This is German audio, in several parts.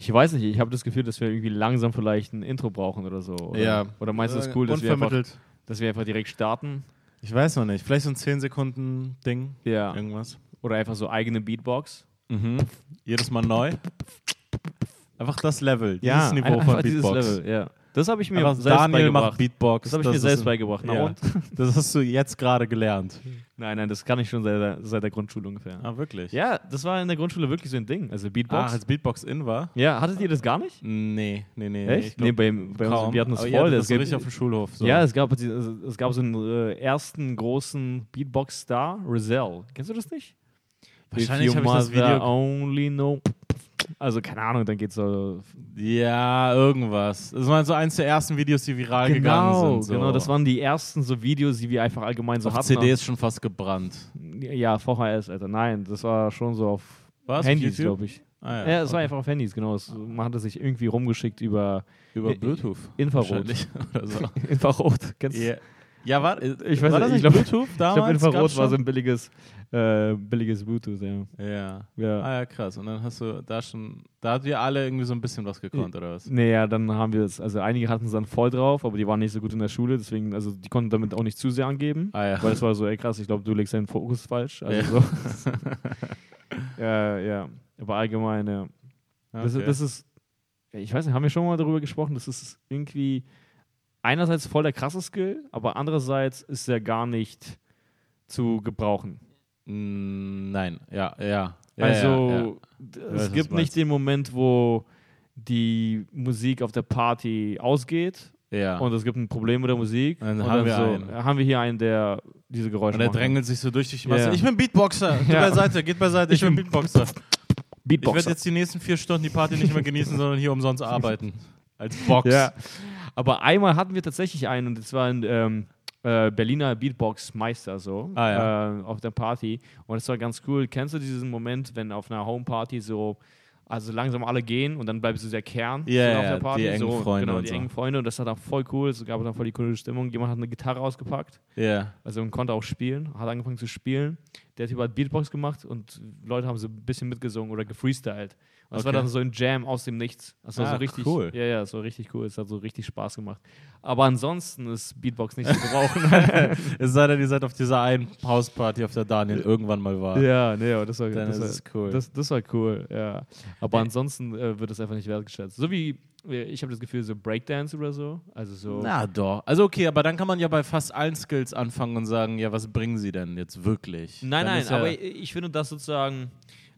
Ich weiß nicht, ich habe das Gefühl, dass wir irgendwie langsam vielleicht ein Intro brauchen oder so. Oder, Ja. Oder meinst du es Äh, cool, dass wir, einfach, Unvermittelt. dass wir einfach direkt starten? Ich weiß noch nicht. Vielleicht so ein 10-Sekunden-Ding. Ja. Irgendwas. Oder einfach so eigene Beatbox? Mhm. Jedes Mal neu. Einfach das Level, dieses Niveau einfach von dieses Beatbox. Level, ja. Das habe ich mir Einfach selbst Daniel beigebracht. macht Beatbox. das habe ich mir ist selbst ein- beigebracht. Na ja. und? Das hast du jetzt gerade gelernt. Nein, nein, das kann ich schon seit der, seit der Grundschule ungefähr. Ah, wirklich? Ja. Ja, das war in der Grundschule wirklich so ein Ding. Also Ach, Beatbox. als Beatbox in war? ja, hattet ihr das gar nicht? Nee, nee, nee. Echt? nee, bei, bei uns, wir hatten das das voll. das es gab- richtig auf dem Schulhof. So. Ja, es gab, die- es gab so einen äh, ersten großen Beatbox-Star, Rizelle. Kennst du das nicht? Wahrscheinlich If you hab ich das mother Video- only know. Also, keine Ahnung, dann geht's so. ja, irgendwas. Das war so eins der ersten Videos, die viral gegangen sind. So. genau. Das waren die ersten so Videos, die wir einfach allgemein so auf hatten. CDs schon fast gebrannt. Ja, VHS, Alter. Nein, das war schon so auf Was? Handys, glaube ich. Ah, Ja, es war einfach auf Handys, genau. Es, man hat es sich irgendwie rumgeschickt über Über I- Bluetooth. Infrarot. wahrscheinlich Oder so. Infrarot, kennst du? Ja. Ja, war, äh, Ich weiß nicht, war das ich nicht glaub- Bluetooth Ich glaube, damals? Infrarot Gab's war so schon? ein billiges, äh, billiges Bluetooth, ja. Ja. ja. Ah ja, krass. Und dann hast du da schon, da habt ihr alle irgendwie so ein bisschen was gekonnt, oder was? Naja, dann haben wir es, also einige hatten es dann voll drauf, aber die waren nicht so gut in der Schule, deswegen, also die konnten damit auch nicht zu sehr angeben, Ah ja. weil es war so, ey krass, ich glaube, du legst deinen Fokus falsch. Also Ja. So. ja, ja, aber allgemein, ja. Das, Okay. ist- das ist, ich weiß nicht, haben wir schon mal darüber gesprochen, das ist irgendwie einerseits voll der krasse Skill, aber andererseits ist er gar nicht zu gebrauchen. Mm, Nein, ja, ja. ja also ja, ja. d- weiß, was es du gibt meinst. nicht den Moment, wo die Musik auf der Party ausgeht ja. und es gibt ein Problem mit der Musik. Dann und haben wir so, einen. haben wir hier einen, der diese Geräusche Und er macht. drängelt sich so durch die Masse. Ja. Ich bin Beatboxer. Geht Ja. beiseite, geht beiseite. Ich, Ich bin bin Beatboxer. Ich werde Beatboxer. jetzt die nächsten vier Stunden die Party nicht mehr genießen, sondern hier umsonst arbeiten. Als Box. ja. Aber einmal hatten wir tatsächlich einen und das war ein ähm, äh, Berliner Beatbox-Meister so Ah, ja. äh, auf der Party und das war ganz cool. Kennst du diesen Moment, wenn auf einer Homeparty so also langsam alle gehen und dann bleibt so der Kern Ja, so auf ja, der Party. die engen so, Freunde Genau, und die so. engen Freunde und das war dann voll cool. Es gab dann voll die coole Stimmung. Jemand hat eine Gitarre ausgepackt Ja. Also man konnte auch spielen, hat angefangen zu spielen. Der Typ hat Beatbox gemacht und Leute haben so ein bisschen mitgesungen oder gefreestylt. Und es war Okay. dann so ein Jam aus dem Nichts. Das war Ah, so richtig cool. Ja, ja, es war richtig cool. Es hat so richtig Spaß gemacht. Aber ansonsten ist Beatbox nicht zu gebrauchen. Es sei denn, ihr seid auf dieser einen Hausparty, auf der Daniel irgendwann mal war. ja, nee, aber das war, Dann das, ist war es cool. das, das war cool, ja. Aber ansonsten äh, wird es einfach nicht wertgeschätzt. So wie, äh, ich habe das Gefühl, so Breakdance oder so. Also so. Na doch. Also okay, aber dann kann man ja bei fast allen Skills anfangen und sagen, ja, was bringen sie denn jetzt wirklich? Nein, Dann nein, ist ja, aber ich, ich finde das sozusagen,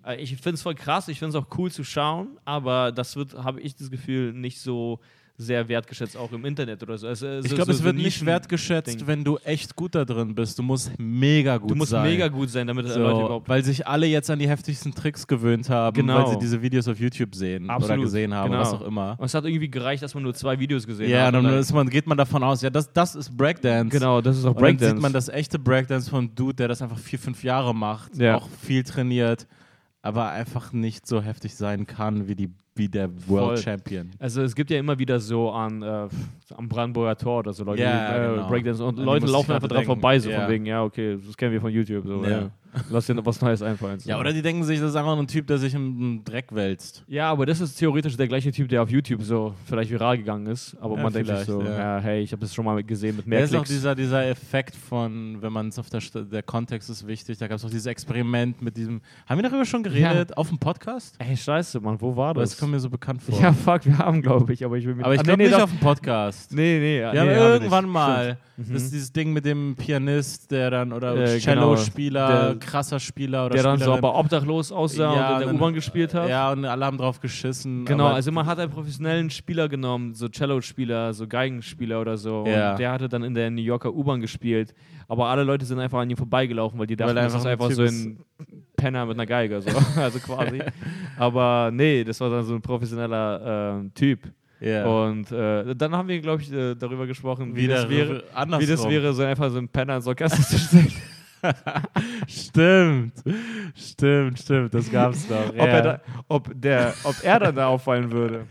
äh, ich finde es voll krass, ich finde es auch cool zu schauen, aber das wird, habe ich das Gefühl, nicht so sehr wertgeschätzt, auch im Internet oder so. Also, äh, so Ich glaube, so, es so wird nicht Nischen- wertgeschätzt, Ding. wenn du echt gut da drin bist. Du musst mega gut sein. Du musst mega gut sein, damit äh, Leute so, überhaupt. weil sich alle jetzt an die heftigsten Tricks gewöhnt haben, Genau. weil sie diese Videos auf YouTube sehen oder Absolut, gesehen haben, genau. was auch immer. Und es hat irgendwie gereicht, dass man nur zwei Videos gesehen Ja, hat. dann oder- ist man, geht man davon aus, ja, das, das ist Breakdance. genau, das ist auch Und dann Breakdance. sieht man das echte Breakdance von einem Dude, der das einfach vier, fünf Jahre macht, Ja. auch viel trainiert, aber einfach nicht so heftig sein kann wie, die, wie der Voll. World Champion. Also es gibt ja immer wieder so an äh, pf, am Brandenburger Tor oder so Leute, Ja, die, äh, genau. Breakdance und An die Leute muss ich laufen gerade einfach dran denken. vorbei, so Ja. von wegen, ja, okay, das kennen wir von YouTube. So, Ja. ja. Lass dir noch was Neues einfallen. So. Ja, oder die denken sich, das ist einfach nur ein Typ, der sich im Dreck wälzt. Ja, aber das ist theoretisch der gleiche Typ, der auf YouTube so vielleicht viral gegangen ist. Aber Ja, man denkt sich so, vielleicht, ja. ja. hey, ich habe das schon mal gesehen mit Ja, mehr ist auch Klicks. dieser, dieser Effekt von, wenn man es auf der, St- der Kontext ist wichtig, da gab es auch dieses Experiment mit diesem, haben wir darüber schon geredet, auf dem Podcast? Ey, scheiße, Mann, wo war Aber das das? kommt mir so bekannt vor. Ja, fuck, wir haben, glaube ich, aber ich will mich aber ich Ah, glaube nee, nee, nicht doch- auf dem Podcast. Nee, nee, ja, Wir nee, haben haben wir irgendwann nicht. mal, Stimmt. das Mhm. ist dieses Ding mit dem Pianist, der dann, oder Äh, Cello-Spieler, genau. Der- krasser Spieler oder Der dann so Spielerin. aber obdachlos aussah Ja, und in dann- der U-Bahn gespielt hat. Ja, und alle haben drauf geschissen. Genau, aber also man hat einen professionellen Spieler genommen, so Cello-Spieler, so Geigenspieler oder so. Ja. Und der hatte dann in der New Yorker U-Bahn gespielt. Aber alle Leute sind einfach an ihm vorbeigelaufen, weil die dachten, Weil das ist einfach einfach ein so ein Penner mit einer Geige. So. also quasi. Aber nee, das war dann so ein professioneller ähm, Typ. ja. Und äh, dann haben wir, glaube ich, äh, darüber gesprochen, wie, Wie das der wäre, andersrum. wie das wäre, so einfach so ein Penner ins Orchester zu stellen. stimmt. Stimmt, stimmt. Das gab's doch. Ob, er da, ob, der, ob er dann da auffallen würde.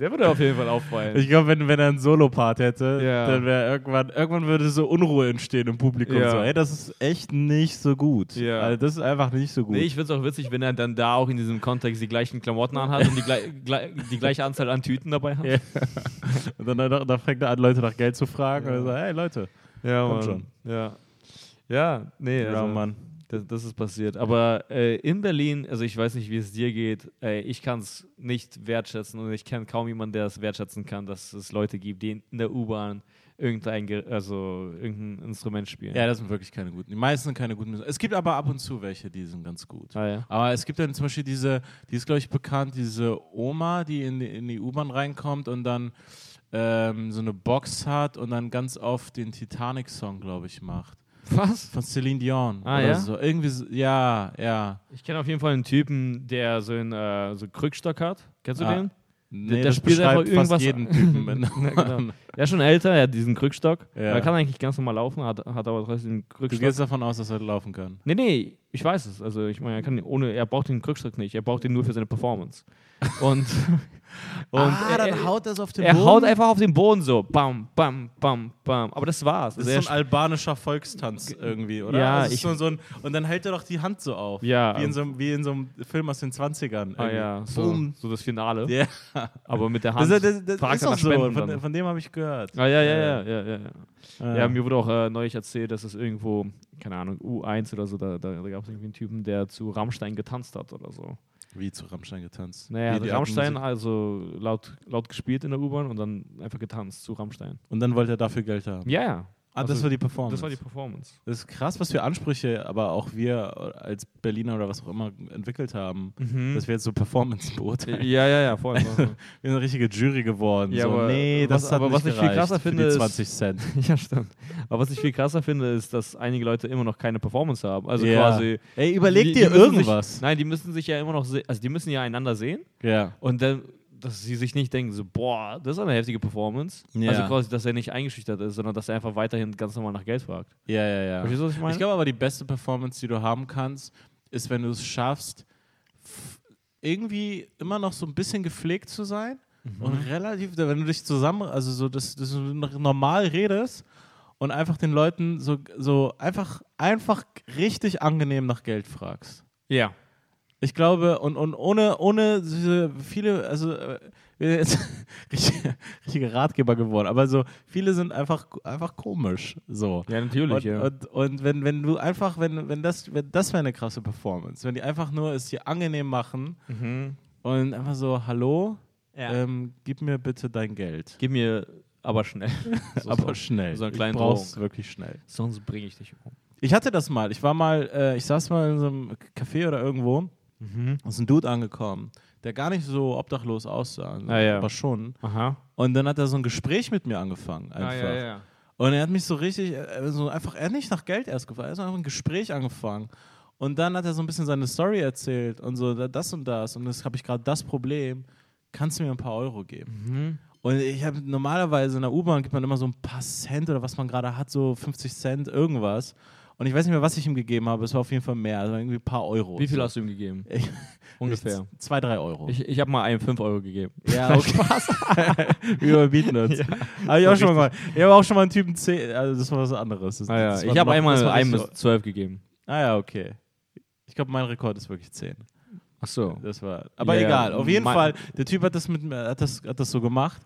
Der würde auf jeden Fall auffallen. ich glaube, wenn, wenn er einen Solo-Part hätte, Ja. dann wäre irgendwann, irgendwann würde so Unruhe entstehen im Publikum. Ja. So, ey, das ist echt nicht so gut. Ja. Also, das ist einfach nicht so gut. Nee, ich finde es auch witzig, wenn er dann da auch in diesem Kontext die gleichen Klamotten anhat und die, glei- glei- die gleiche Anzahl an Tüten dabei hat. Ja. Und dann, dann, dann fängt er an, Leute nach Geld zu fragen. Ja. Und er sagt, hey Leute. Ja, Kommt schon. Ja. Ja, nee, also, Ja, Mann. Das, das ist passiert. Aber äh, in Berlin, also ich weiß nicht, wie es dir geht, äh, ich kann es nicht wertschätzen und ich kenne kaum jemanden, der es wertschätzen kann, dass es Leute gibt, die in der U-Bahn irgendein, Ge- also irgendein Instrument spielen. Ja, das sind wirklich keine guten. Die meisten sind keine guten. Musik- Es gibt aber ab und zu welche, die sind ganz gut. Ah, ja. Aber es gibt dann zum Beispiel diese, die ist, glaube ich, bekannt, diese Oma, die in die, in die U-Bahn reinkommt und dann ähm, so eine Box hat und dann ganz oft den Titanic-Song, glaube ich, macht. Was? Von Celine Dion. Ah, oder ja? so. Irgendwie so, ja, ja. Ich kenne auf jeden Fall einen Typen, der so einen äh, so Krückstock hat. Kennst du Ah. den? Nee, der das spielt einfach beschreibt fast irgendwas- jeden Typen. Mit Ja, genau. Der ist schon älter, er hat diesen Krückstock. Ja. Er kann eigentlich ganz normal laufen, hat, hat aber trotzdem einen Du Krückstock. gehst davon aus, dass er laufen kann. Nee, nee, ich weiß es. Also ich meine, er kann ohne, er braucht den Krückstock nicht, er braucht den nur für seine Performance. Und, und er, Ah, haut er es auf den er haut einfach auf den Boden so, bam, bam, bam, bam. Aber das war's. Das Also er ist so ein albanischer Volkstanz irgendwie, oder? Ja, das ist ich- so, so ein, und dann hält er doch die Hand so auf. Ja. Wie in so, einem- wie in so einem Film aus den sch- 20ern. ah, irgendwie. ja, so, Boom. so das Finale. Ja. Aber mit der Hand. Das, ist- das, das fragt ist er auch nach so. Spenden Von, dann. von dem habe ich gehört. Ah, ja, ja, ja, ja, ja, ja. Äh, Ja, mir wurde auch äh, neulich erzählt, dass es irgendwo, keine Ahnung, U1 oder so, da, da, da gab es irgendwie einen Typen, der zu Rammstein getanzt hat oder so. wie zu Rammstein getanzt. Naja, wie die hat Rammstein Alten- also laut, laut gespielt in der U-Bahn und dann einfach getanzt zu Rammstein. Und dann wollte er dafür Geld haben. Ja, ja. Ah, das Also, war die Performance. Das war die Performance. Das ist krass, was für Ansprüche aber auch wir als Berliner oder was auch immer entwickelt haben, Mhm. dass wir jetzt so Performance beurteilen. Hm. Ja, ja, ja, voll. Wir sind eine richtige Jury geworden. Ja, so, aber nee, das was- hat aber nicht was ich viel gereicht krasser finde, für die ist- 20 Cent. ja, stimmt. Aber was ich viel krasser finde, ist, dass einige Leute immer noch keine Performance haben. Also Ja. quasi. Ey, überleg die- die dir müssen irgendwas. Sich, nein, die müssen sich ja immer noch, se- also die müssen ja einander sehen ja. und dann, dass sie sich nicht denken, so, boah, das ist eine heftige Performance. Ja. Also quasi, dass er nicht eingeschüchtert ist, sondern dass er einfach weiterhin ganz normal nach Geld fragt. ja, ja, ja. Verstehst du, was ich meine? Ich glaube aber, die beste Performance, die du haben kannst, ist, wenn du es schaffst, f- irgendwie immer noch so ein bisschen gepflegt zu sein Mhm. und relativ, wenn du dich zusammen, also so, dass, dass du noch normal redest und einfach den Leuten so, so einfach, einfach richtig angenehm nach Geld fragst. ja. Ich glaube, und, und ohne, ohne diese viele, also äh, wir sind jetzt richtige, richtige Ratgeber geworden, aber so viele sind einfach, einfach komisch. So. Ja, natürlich, und, ja. Und, und wenn, wenn du einfach, wenn, wenn das, wenn das wäre eine krasse Performance, wenn die einfach nur es dir angenehm machen Mhm. und einfach so, hallo, Äh, ähm, gib mir bitte dein Geld. Gib mir aber schnell. So, aber so. schnell. so eine ich kleine brauch's Drohung. wirklich schnell. Sonst bringe ich dich um. Ich hatte das mal. Ich war mal, äh, ich saß mal in so einem Café oder irgendwo. Mhm. Ist ein Dude angekommen, der gar nicht so obdachlos aussah, ne, Ah, ja. aber schon. Aha. Und dann hat er so ein Gespräch mit mir angefangen. Ah, Einfach. Und er hat mich so richtig, äh, so einfach, er hat nicht nach Geld erst gefragt, er hat einfach ein Gespräch angefangen. Und dann hat er so ein bisschen seine Story erzählt und so, da- das und das. Und jetzt habe ich gerade das Problem, kannst du mir ein paar Euro geben? Mhm. Und ich habe normalerweise in der U-Bahn gibt man immer so ein paar Cent oder was man gerade hat, so 50 Cent, irgendwas. Und ich weiß nicht mehr, was ich ihm gegeben habe, es war auf jeden Fall mehr, also irgendwie ein paar Euro. Wie viel so. hast du ihm gegeben? Ich- Ungefähr. Zwei, drei Euro. Ich, ich habe mal einem 5 Euro gegeben. ja, okay. Wir überbieten uns. Ja. Hab ich auch schon mal. Ich habe auch schon mal einen Typen 10. Also das war was anderes. Das, Ah, ja. das war Ich habe noch- das einmal war einem richtig- 12 gegeben. Ah ja, okay. Ich glaube, mein Rekord ist wirklich 10. Ach so. Das war. Aber Ja, ja. egal. Auf jeden Mein- Fall, der Typ hat das mit mir- hat das, hat das so gemacht.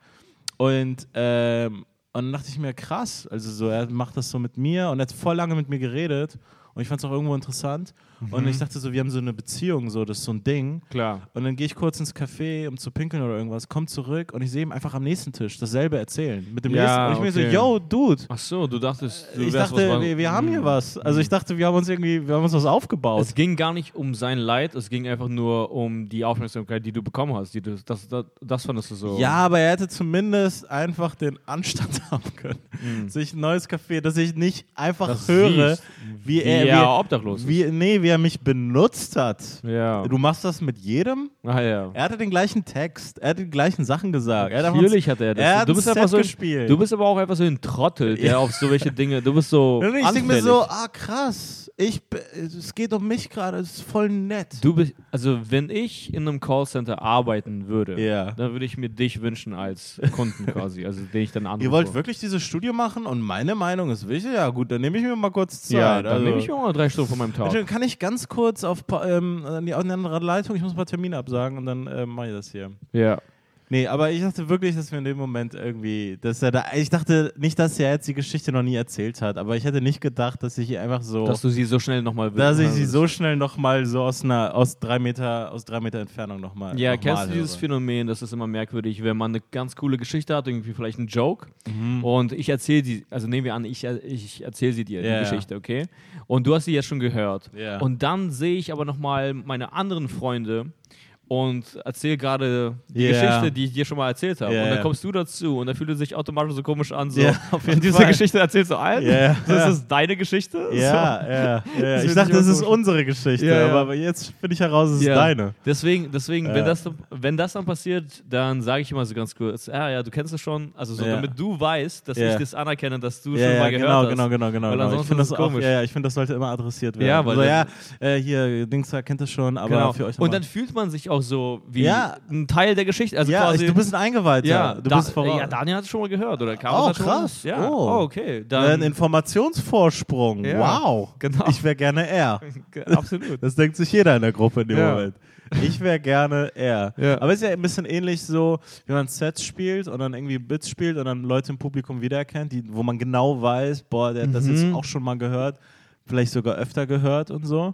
Und, ähm, und dann dachte ich mir, krass, also so, er macht das so mit mir und er hat voll lange mit mir geredet. Und ich fand es auch irgendwo interessant. Und Mhm. ich dachte so, wir haben so eine Beziehung, so, das ist so ein Ding. Klar. Und dann gehe ich kurz ins Café, um zu pinkeln oder irgendwas, komm zurück und ich sehe ihm einfach am nächsten Tisch dasselbe erzählen. Mit dem Ja, nächsten. Und ich mir okay. so, yo, Dude. Ach so, du dachtest, du ich wärst was Mhm. dachte, war- wir, wir haben hier was. Also ich dachte, wir haben uns irgendwie, wir haben uns was aufgebaut. Es ging gar nicht um sein Leid, es ging einfach nur um die Aufmerksamkeit, die du bekommen hast. Die du, das, das, das fandest du so. Ja, aber er hätte zumindest einfach den Anstand haben können, sich ein neues Café, dass ich nicht einfach Mhm. Das höre, siehst, wie wie er, er wie, obdachlos ist. wie, nee, wie wie er mich benutzt hat. Ja. Du machst das mit jedem? Ah, ja. Er hatte den gleichen Text, er hat die gleichen Sachen gesagt. Er hat einfach Natürlich hat er das. er hat du, bist ein einfach Set so ein, gespielt. du bist aber auch einfach so ein Trottel, der Ja. auf so welche Dinge. Du bist so. Und ich denke mir anfällig. so, ah krass, ich, b- es geht um mich gerade, es ist voll nett. Du bist, also wenn ich in einem Callcenter arbeiten würde, Ja. dann würde ich mir dich wünschen als Kunden quasi, also den ich dann anrufe. Ihr wollt wirklich dieses Studio machen und meine Meinung ist wichtig? Ja gut, dann nehme ich mir mal kurz Zeit. Ja, dann also, nehme ich mir auch mal drei Stunden von meinem Tag. Entschuldigung, kann ich ganz kurz auf pa- ähm, an die andere Leitung, ich muss ein paar Termine absagen und dann ähm, mache ich das hier. Ja. Nee, aber ich dachte wirklich, dass wir in dem Moment irgendwie, dass er da, ich dachte nicht, dass er jetzt die Geschichte noch nie erzählt hat, aber ich hätte nicht gedacht, dass ich ihr einfach so, Dass du sie so schnell nochmal dass ich sie so schnell nochmal so aus einer, aus drei Meter, aus drei Meter Entfernung nochmal Ja, noch kennst mal du dieses höre. Phänomen, das ist immer merkwürdig, wenn man eine ganz coole Geschichte hat, irgendwie vielleicht einen Joke Mhm. und ich erzähle die, also nehmen wir an, ich, er- ich erzähle sie dir, Ja, ja. die Geschichte, okay? Und du hast sie jetzt schon gehört. Ja. Und dann sehe ich aber nochmal meine anderen Freunde und erzähle gerade die Ja. Geschichte, die ich dir schon mal erzählt habe. Ja, und dann ja. kommst du dazu und dann fühlt es sich automatisch so komisch an, so, Ja, auf jeden und diese Fall. Geschichte erzählst du allen? Ja, So, ja. Ist das deine Geschichte? So. Ja, ja, ja. Das Ich wird dachte, nicht das ist ausgeschlossen. unsere Geschichte, Ja, ja. aber jetzt finde ich heraus, es ist Ja. deine. Deswegen, deswegen Ja. wenn, das, wenn das dann passiert, dann sage ich immer so ganz kurz, ah ja, du kennst es schon. Also so, Ja. damit du weißt, dass Ja. ich das anerkenne, dass du Ja, schon ja, mal genau, gehört genau, hast. genau, genau, Weil genau. Ich ansonsten finde ist das es auch, komisch. ja, ja, ich finde, das sollte immer adressiert werden. Ja, weil so, ja, dann- äh, hier, Dings da kennt das schon, aber Genau. für euch Und nochmal. dann fühlt man sich auch so wie Ja. ein Teil der Geschichte. Also ja, quasi, ich, du bist ein Eingeweihter. ja, du da, bist voraus. ja, Daniel hat es schon mal gehört, oder? Carlos Oh, hat schon- krass. Ja. Oh. Oh, okay. Ein Dann, Informationsvorsprung. Ja, wow. genau. Ich wäre gerne er. absolut. Das denkt sich jeder in der Gruppe in dem Ja. Moment. Ich wäre gerne er. Ja. Aber es ist ja ein bisschen ähnlich so, wenn man Sets spielt und dann irgendwie Bits spielt und dann Leute im Publikum wiedererkennt, die, wo man genau weiß, boah, der hat das Mhm. jetzt auch schon mal gehört, vielleicht sogar öfter gehört und so.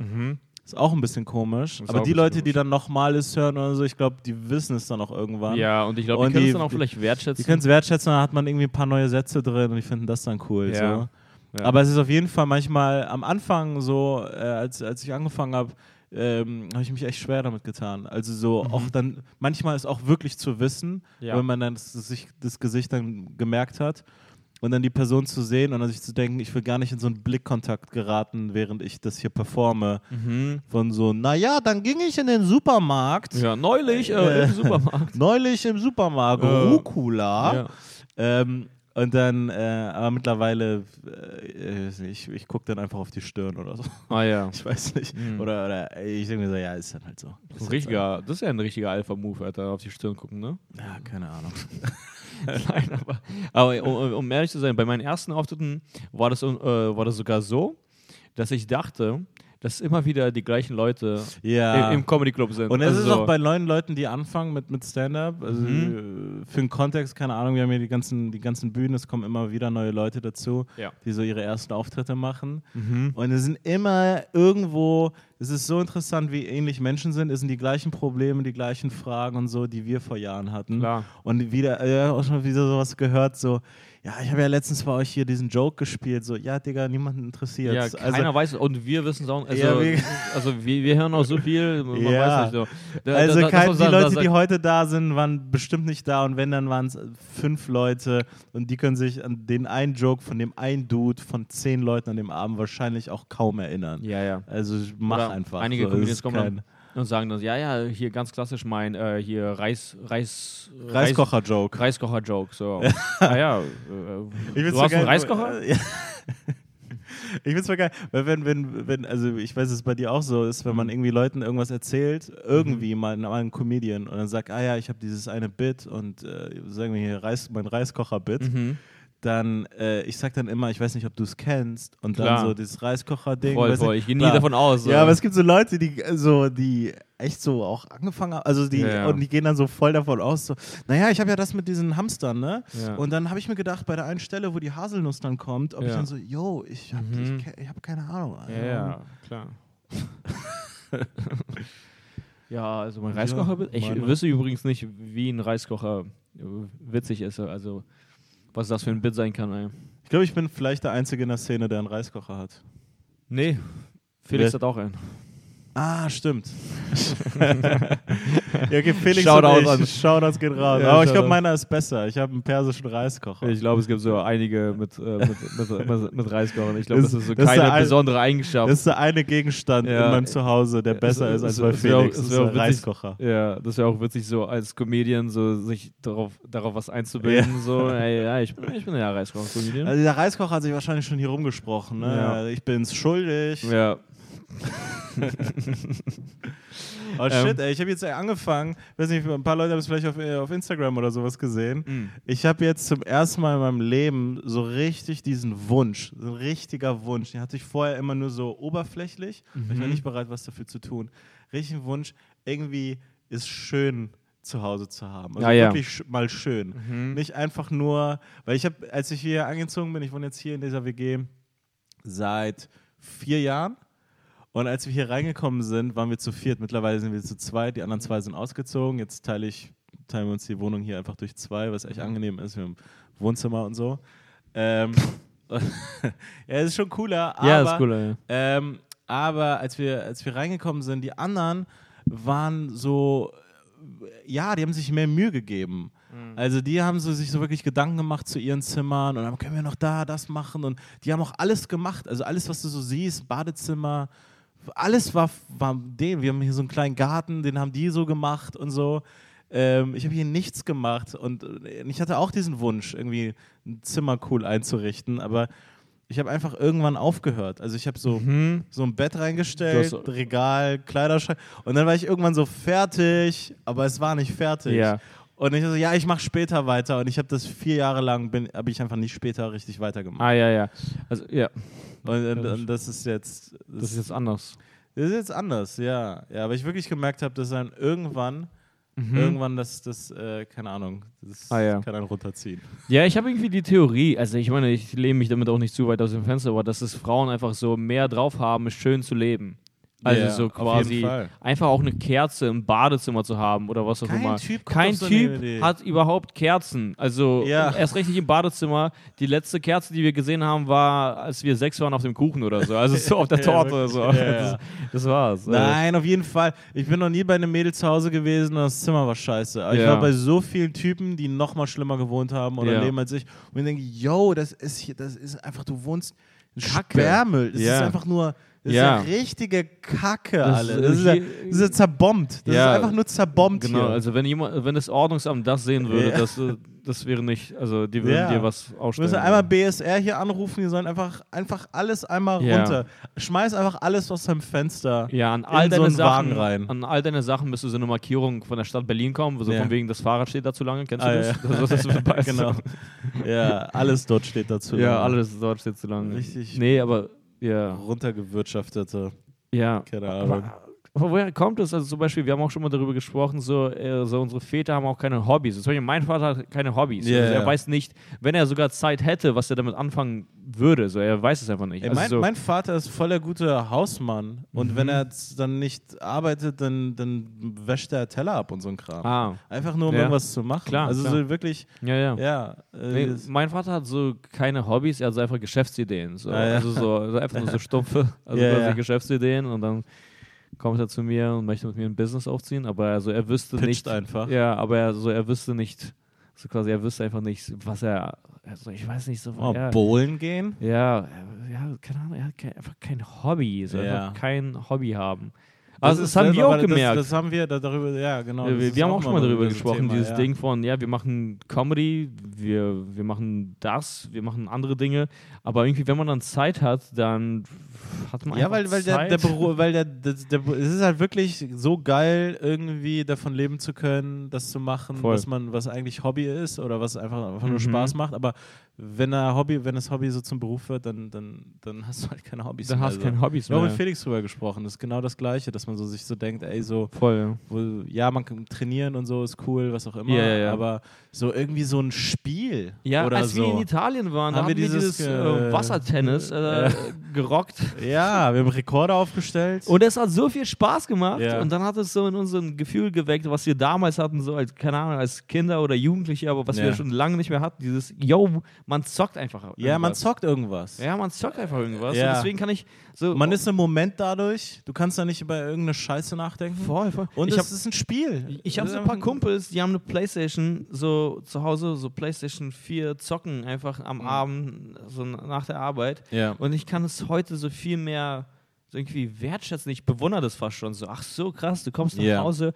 Ist auch ein bisschen komisch. Ist auch Aber die ein bisschen Leute, die komisch. dann nochmal es hören oder so, ich glaube, die wissen es dann auch irgendwann. Ja, und ich glaube, Und die können die- es dann auch vielleicht Die wertschätzen. können es wertschätzen, dann hat man irgendwie ein paar neue Sätze drin und die finden das dann Ja. cool. So. Ja. Aber es ist auf jeden Fall manchmal am Anfang so, äh, als, als ich angefangen habe, ähm, habe ich mich echt schwer damit getan. Also so auch dann, manchmal ist auch wirklich zu wissen, Mhm. Ja. wenn man dann das, das, sich- das Gesicht dann gemerkt hat und dann die Person zu sehen und dann sich zu denken, ich will gar nicht in so einen Blickkontakt geraten, während ich das hier performe. Mhm. Von so, naja, dann ging ich in den Supermarkt. Ja, neulich äh, Äh, im Supermarkt. Neulich im Supermarkt, Äh, Rucola. Ja. Ähm, und dann, äh, aber mittlerweile, äh, ich, ich gucke dann einfach auf die Stirn oder so. Ah ja. Ich weiß nicht. Mhm. Oder, oder ich denke mir so, ja, ist dann halt so. Das ist, ein richtiger, das ist ja ein richtiger Alpha-Move, Alter, auf die Stirn gucken, ne? Ja, keine Ahnung. Nein, aber, aber um, um ehrlich zu sein, bei meinen ersten Auftritten war das, äh, war das sogar so, dass ich dachte, dass immer wieder die gleichen Leute Ja. im, im Comedy Club sind. Und es Also ist so, auch bei neuen Leuten, die anfangen mit, mit Stand-up. Also Mhm. äh, für den Kontext, keine Ahnung, wir haben hier die ganzen, die ganzen Bühnen, es kommen immer wieder neue Leute dazu, Ja. Mhm. die so ihre ersten Auftritte machen. Und es sind immer irgendwo, es ist so interessant, wie ähnlich Menschen sind. Es sind die gleichen Probleme, die gleichen Fragen und so, die wir vor Jahren hatten. Klar. Und wieder, äh, ja, auch schon wieder sowas gehört, so. Ja, ich habe ja letztens bei euch hier diesen Joke gespielt, so, ja, Digga, niemanden interessiert. Also ja, keiner weiß es. Und wir wissen es auch. Also, Ja, wir- also wir, wir hören auch so viel, man Ja. weiß nicht so. Da- Also da- da- kein, das muss die man sagen, Leute, da- die heute da sind, waren bestimmt nicht da und wenn, dann waren es fünf Leute und die können sich an den einen Joke von dem einen Dude von zehn Leuten an dem Abend wahrscheinlich auch kaum erinnern. Ja, ja. Also mach Oder einfach. Einige so, das Comedians ist kommen kein dann und sagen dann, ja, ja, hier ganz klassisch mein äh, hier Reis, Reis, Reiskocher-Joke. Reiskocher-Joke. So. ah ja, äh, Ich find's du hast so geil, einen Reiskocher? äh, ja. Ich find's voll geil, weil wenn, wenn, wenn, also ich weiß, dass es bei dir auch so ist, wenn man irgendwie Leuten irgendwas erzählt, Mhm. irgendwie mal einem anderen Comedian und dann sagt, ah ja, ich habe dieses eine Bit und äh, sagen wir hier Reis, mein Reiskocher-Bit, Mhm. dann, äh, ich sag dann immer, ich weiß nicht, ob du es kennst und dann Klar. so dieses Reiskocher-Ding. Voll, weiß voll. nicht, Ich gehe nie bla. davon aus, ähm. so. Ja, aber es gibt so Leute, die äh, so, die echt so auch angefangen haben, also die, Ja, ja. und die gehen dann so voll davon aus, so, naja, ich habe ja das mit diesen Hamstern, ne? Ja. Und dann habe ich mir gedacht, bei der einen Stelle, wo die Haselnuss dann kommt, ob ich Ja. dann so, yo, ich habe Mhm. ich, ke- ich hab keine Ahnung. Ja, ja, klar. ja, also mein Ja, Reiskocher. ich meine- wüsste übrigens nicht, wie ein Reiskocher äh, witzig ist. Also, was das für ein Bit sein kann, ey. Ich glaube, ich bin vielleicht der Einzige in der Szene, der einen Reiskocher hat. Nee, Felix Wer- hat auch einen. Ah, stimmt. ja, okay, Felix Shoutout und an- ich. Shoutouts geht raus. Ja, Aber ich glaube, Shoutout. meiner ist besser. Ich habe einen persischen Reiskocher. Ich glaube, es gibt so einige mit, äh, mit, mit, mit, mit Reiskochern. Ich glaube, Das- das ist so das ist keine der ein- besondere Eigenschaft. das ist der eine Gegenstand Ja. in meinem Zuhause, der besser Es- ist als es- bei es wär auch- Felix. es Das wär ist auch der witzig- Reiskocher. Ja, das wäre auch witzig, so als Comedian so sich darauf, darauf was einzubilden. So, ey, ja, ich, ich bin ja Reiskocher-Comedian. Also der Reiskocher hat sich wahrscheinlich schon hier rumgesprochen. Ne? Ja. Ich bin's schuldig. ja. Oh Ähm. shit, ey, ich habe jetzt angefangen, weiß nicht, ein paar Leute haben es vielleicht auf, äh, auf Instagram oder sowas gesehen. Hm. Ich habe jetzt zum ersten Mal in meinem Leben so richtig diesen Wunsch, so ein richtiger Wunsch. Den hatte ich vorher immer nur so oberflächlich. und Mhm. Ich war nicht bereit, was dafür zu tun. Richtigen Wunsch, irgendwie ist schön zu Hause zu haben. Also Ja, Mhm. ja. wirklich sch- mal schön. Nicht einfach nur, weil ich habe, als ich hier angezogen bin, ich wohne jetzt hier in dieser WG seit vier Jahren. Und als wir hier reingekommen sind, waren wir zu viert. Mittlerweile sind wir zu zweit. Die anderen zwei sind ausgezogen. Jetzt teile ich, teilen wir uns die Wohnung hier einfach durch zwei, was echt angenehm ist. Wir haben Wohnzimmer und so. Ähm, ja, es ist schon cooler. Aber, ja, ist cool, ey. Ähm, aber als wir, als wir reingekommen sind, die anderen waren so, ja, die haben sich mehr Mühe gegeben. Mhm. Also die haben so, sich so wirklich Gedanken gemacht zu ihren Zimmern und haben, können wir noch da das machen und die haben auch alles gemacht, also alles, was du so siehst, Badezimmer, alles war, war dem. Wir haben hier so einen kleinen Garten, den haben die so gemacht und so. Ähm, ich habe hier nichts gemacht und äh, ich hatte auch diesen Wunsch, irgendwie ein Zimmer cool einzurichten, aber ich habe einfach irgendwann aufgehört. Also ich habe so, so ein Bett reingestellt, Mhm. Du hast- Regal, Kleiderschrank und dann war ich irgendwann so fertig, aber es war nicht fertig. Ja. Und ich so, ja, ich mache später weiter und ich habe das vier Jahre lang, bin- habe ich einfach nicht später richtig weitergemacht. Ah, ja, ja. Also, ja, Und, und, Ja, und das ist jetzt, das ist jetzt anders. das ist jetzt anders, ja. ja aber ich wirklich gemerkt habe, dass dann irgendwann, irgendwann das, das äh, keine Ahnung, das Mhm. Ah, ja. kann einen runterziehen. Ja, ich habe irgendwie die Theorie, also ich meine, ich lehne mich damit auch nicht zu weit aus dem Fenster, aber dass es Frauen einfach so mehr drauf haben, schön zu leben. Also Ja, so auf jeden quasi Fall. einfach auch eine Kerze im Badezimmer zu haben oder was auch Kein immer. Typ kommt Kein auf so eine Idee. Typ hat überhaupt Kerzen. Also Ja. erst recht nicht im Badezimmer. Die letzte Kerze, die wir gesehen haben, war, als wir sechs waren auf dem Kuchen oder so. Also so auf der Ja, Torte. wirklich. so. Ja, ja. Das, das war's. Nein, auf jeden Fall. Ich bin noch nie bei einem Mädel zu Hause gewesen und das Zimmer war scheiße. Aber ich Ja. war bei so vielen Typen, die noch mal schlimmer gewohnt haben oder Ja. leben als ich. Und ich denke, yo, das ist hier, das ist einfach, du wohnst in Kacke. Sperrmüll. Das Ja. ist einfach nur, das Ja. ist ja richtige Kacke, Das alle. ist- Das ist, ja, hier- das ist ja zerbombt. Das Ja. ist einfach nur zerbombt Genau, hier. also wenn jemand, wenn das Ordnungsamt das sehen würde, Ja. das, äh, das wäre nicht, also die würden Ja. dir was Wir ausstellen. müssen einmal BSR hier anrufen, die sollen einfach, einfach alles einmal Ja. runter. Schmeiß einfach alles aus deinem Fenster. ja, an in all so deine einen Wagen Sachen rein. An all deine Sachen müsste so eine Markierung von der Stadt Berlin kommen, so Ja. von wegen das Fahrrad steht da zu lange, kennst du Ah, das? ja. das, ist- das weißt du. genau. Ja, alles dort steht dazu. Ja, alles dort steht zu lange. Richtig. Nee, aber ja, Runtergewirtschaftete. ja. Keine Ahnung. Aber woher kommt das? Also zum Beispiel, wir haben auch schon mal darüber gesprochen, so, äh, so unsere Väter haben auch keine Hobbys. Zum Beispiel mein Vater hat keine Hobbys. Ja, also er ja. weiß nicht, wenn er sogar Zeit hätte, was er damit anfangen würde. So, er weiß es einfach nicht. Ey, also mein, so, Mhm. mein Vater ist voll der gute Hausmann. Und wenn er jetzt dann nicht arbeitet, dann, dann wäscht er Teller ab und so ein Kram. ah, Einfach nur, um Ja. irgendwas zu machen. Klar, also klar. so wirklich, ja, ja. ja. Äh, Nee, mein Vater hat so keine Hobbys, er hat so einfach Geschäftsideen. So. Ah, ja. Also so also einfach nur so stumpfe also Ja, quasi ja. Geschäftsideen und dann kommt er zu mir und möchte mit mir ein Business aufziehen, aber also er wüsste Pitcht nicht. einfach. Ja, aber er, so, er wüsste nicht, so quasi, er wüsste einfach nicht, was er. Also ich weiß nicht so oh, ja, Bowlen gehen? ja, er- ja, keine Ahnung, er hat kein, einfach kein Hobby. So, Ja. einfach kein Hobby haben. Also das, ist haben selber- wir auch aber das- gemerkt. Das, haben wir da, darüber, ja, genau. Ja, das wir, ist wir haben auch schon mal darüber dieses gesprochen, Thema, dieses ja. Ding von, ja, wir machen Comedy, wir, wir machen das, wir machen andere Dinge, aber irgendwie, wenn man dann Zeit hat, dann hat man Ja, einfach weil, weil der, Zeit. der Beruf, weil der, der, der, es ist halt wirklich so geil, irgendwie davon leben zu können, das zu machen, Voll. was man, was eigentlich Hobby ist oder was einfach, einfach nur Mhm. Spaß macht. Aber wenn er Hobby, wenn das Hobby so zum Beruf wird, dann, dann, dann hast du halt keine Hobbys. dann mehr. hast du also. keine Hobbys Ich habe mehr. mit Felix drüber gesprochen. Das ist genau das Gleiche, dass man so sich so denkt, ey, so, Voll, wo, ja, man kann trainieren und so ist cool, was auch immer. Ja, ja, ja. Aber so irgendwie so ein Spiel ja. Ja, oder als so. wir in Italien waren, haben, wir dieses, äh, äh, Wassertennis äh, äh, gerockt. ja, wir haben Rekorde aufgestellt. Und es hat so viel Spaß gemacht Ja. und dann hat es so in uns so ein Gefühl geweckt, was wir damals hatten, so als, keine Ahnung, als Kinder oder Jugendliche, aber was Ja. wir schon lange nicht mehr hatten, dieses, yo, man zockt einfach ja, man irgendwas. zockt irgendwas. Ja, man zockt einfach irgendwas. Ja. Und deswegen kann ich so. Man ist im Moment dadurch, du kannst da nicht über irgendeine Scheiße nachdenken. Voll, voll. Und ich es Ähm. hab- ist ein Spiel. Ich habe Es so ist ein paar einfach Kumpels, die haben eine Playstation so zu Hause, so Playstation 4 zocken einfach am Abend, so nach der Arbeit. Mhm. Ja. Und ich kann es heute so viel mehr so irgendwie wertschätzen. Ich bewundere das fast schon so. Ach so, krass, du kommst nach Ja. Hause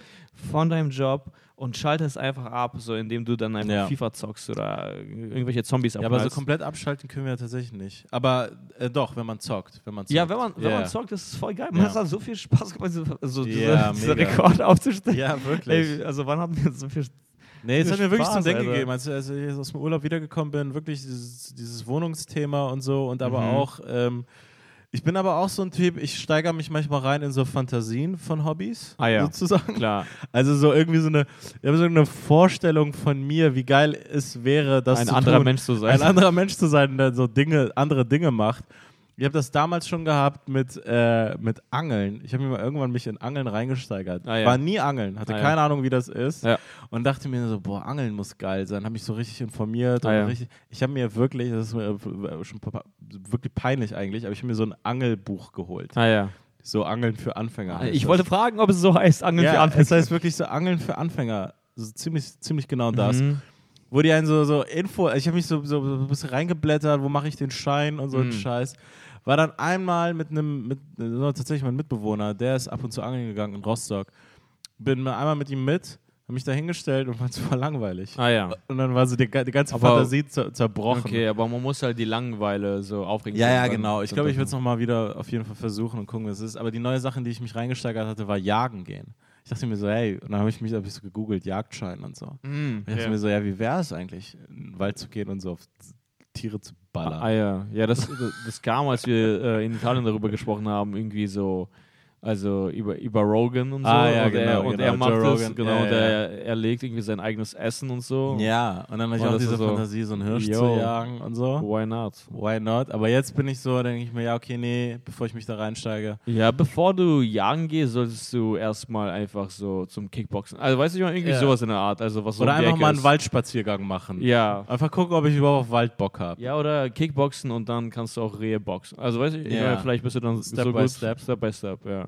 von deinem Job und schaltest einfach ab, so indem du dann einfach Ja. FIFA zockst oder irgendwelche Zombies Ja, aber so abknallst. komplett abschalten können wir tatsächlich nicht. Aber äh, doch, wenn man zockt. Wenn man zockt. Ja, wenn man, wenn Ja. man zockt, das ist voll geil. Man Ja. hat da so viel Spaß gemacht, so, so Ja, diese, diese mega. Rekorde aufzustellen. Ja, wirklich. Ey, also wann hat wir so viel nee, es hat mir wirklich Spaß, zum Denken Alter. gegeben, als, als ich aus dem Urlaub wiedergekommen bin, wirklich dieses, dieses Wohnungsthema und so und aber Mhm. auch, ähm, ich bin aber auch so ein Typ, ich steigere mich manchmal rein in so Fantasien von Hobbys, Ah, ja. sozusagen. Klar. Also so irgendwie so eine, ich habe so eine Vorstellung von mir, wie geil es wäre, das ein zu anderer tun. Mensch zu sein. ein anderer Mensch zu sein, der so Dinge, andere Dinge macht. Ich habe das damals schon gehabt mit, äh, mit Angeln. Ich habe mir mal irgendwann mich in Angeln reingesteigert. Ah, ja. War nie Angeln, hatte Ah, ja. keine Ahnung, wie das ist. Ja. Und dachte mir so, boah, Angeln muss geil sein. Habe mich so richtig informiert. Ah, und ja. richtig, ich habe mir wirklich, das ist mir äh, schon pa- pa- wirklich peinlich eigentlich, aber ich habe mir so ein Angelbuch geholt. ah, ja. So Angeln für Anfänger. heißt Ah, Ich das. wollte fragen, ob es so heißt, Angeln für ja, Anfänger. Es heißt wirklich so Angeln für Anfänger. So ziemlich, ziemlich genau das Mhm. wo die einen so, so Info, ich habe mich so, so, so ein bisschen reingeblättert, wo mache ich den Schein und so ein Mhm. Scheiß. War dann einmal mit einem, mit, äh, tatsächlich mein Mitbewohner, der ist ab und zu angeln gegangen in Rostock. Bin mal einmal mit ihm mit, habe mich da hingestellt und fand es voll langweilig. Ah ja. Und dann war so die, ga- die ganze Aber- Fantasie zer, zerbrochen. Okay, aber man muss halt die Langeweile so aufregen. Ja, ja, genau. Ich glaube, ich würde es nochmal wieder auf jeden Fall versuchen und gucken, was es ist. Aber die neue Sache, in die ich mich reingesteigert hatte, war Jagen gehen. Ich dachte mir so, hey, und dann habe ich mich hab ich so gegoogelt, Jagdschein und so. Mhm. Ich dachte Ja. mir so, Hm, ja, wie wäre es eigentlich, in den Wald zu gehen und so auf Tiere zu ballern? Ah ja, ja das, das- das kam, als wir äh, in Italien darüber gesprochen haben, irgendwie so, also über, über Rogan und so. Ah, ja, und er, genau, und genau, er macht Joe das, Rogan, genau, ja, und ja, er, er legt irgendwie sein eigenes Essen und so. Ja, und dann habe ich Und auch das ah, oh. diese ist so, Fantasie, so einen Hirsch yo. zu jagen und so. Why not? Why not? Aber jetzt bin ich so, denke ich mir, ja, okay, nee, bevor ich mich da reinsteige. Ja, bevor du jagen gehst, solltest du erstmal einfach so zum Kickboxen. Also weißt du, ich meine, irgendwie Ja. sowas in der Art. Also was so Oder um die einfach Ecke mal einen ist. Waldspaziergang machen. Ja. Einfach gucken, ob ich überhaupt auf Wald Bock habe. Ja, oder Kickboxen und dann kannst du auch Rehe boxen. Also weißt du, ich Ja. meine, vielleicht bist du dann Step so by gut, step. Step by Step, ja.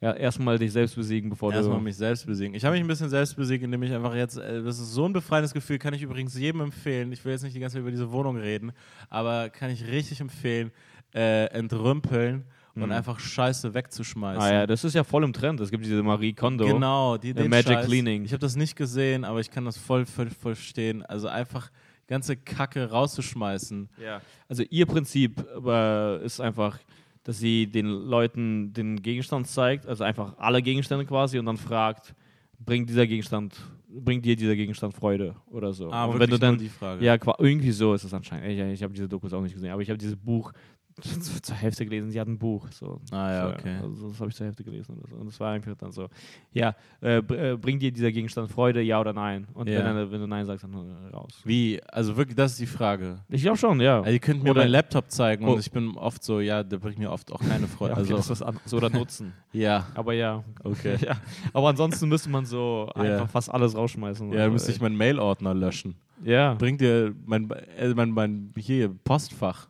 Ja, erstmal dich selbst besiegen, bevor Erstmal du. mich selbst besiegen. Ich habe mich ein bisschen selbst besiegt, indem ich einfach jetzt, äh, das ist so ein befreiendes Gefühl, kann ich übrigens jedem empfehlen. Ich will jetzt nicht die ganze Zeit über diese Wohnung reden, aber kann ich richtig empfehlen, äh, entrümpeln und einfach Scheiße wegzuschmeißen. Ah ja, das ist ja voll im Trend. Es gibt diese Marie Kondo. Genau, die The den Magic Scheiß. Cleaning. Ich habe das nicht gesehen, aber ich kann das voll, voll, voll verstehen. Also einfach die ganze Kacke rauszuschmeißen. Ja. Also ihr Prinzip äh, ist einfach, dass sie den Leuten den Gegenstand zeigt, also einfach alle Gegenstände quasi und dann fragt, bringt dieser Gegenstand, bringt dir dieser Gegenstand Freude oder so. Ah, und wirklich wenn du dann nur die Frage. Ja, qua- irgendwie so ist es anscheinend. Ich, ich habe diese Dokus auch nicht gesehen, aber ich habe dieses Buch zur zur Hälfte gelesen. Sie hat ein Buch. So. Ah ja, so, okay. Also das habe ich zur Hälfte gelesen. Oder so. Und das war einfach dann so, ja, äh, br- äh, bringt dir dieser Gegenstand Freude, ja oder nein? Und Ja. wenn, er- wenn du nein sagst, dann äh, raus. Wie? Also wirklich, das ist die Frage. Ich glaube schon, ja. Also ihr könnt mir Oder- meinen Laptop zeigen Oh. und ich bin oft so, ja, der bringt mir oft auch keine ja, Freude. okay, das ist Also, was anderes. Oder nutzen. ja. Aber ja. Okay. ja. Aber ansonsten müsste man so Ja. einfach fast alles rausschmeißen. Ja, Also, dann müsste ich ey. meinen Mail-Ordner löschen. Ja. Bringt dir mein, äh, mein, mein hier, Postfach.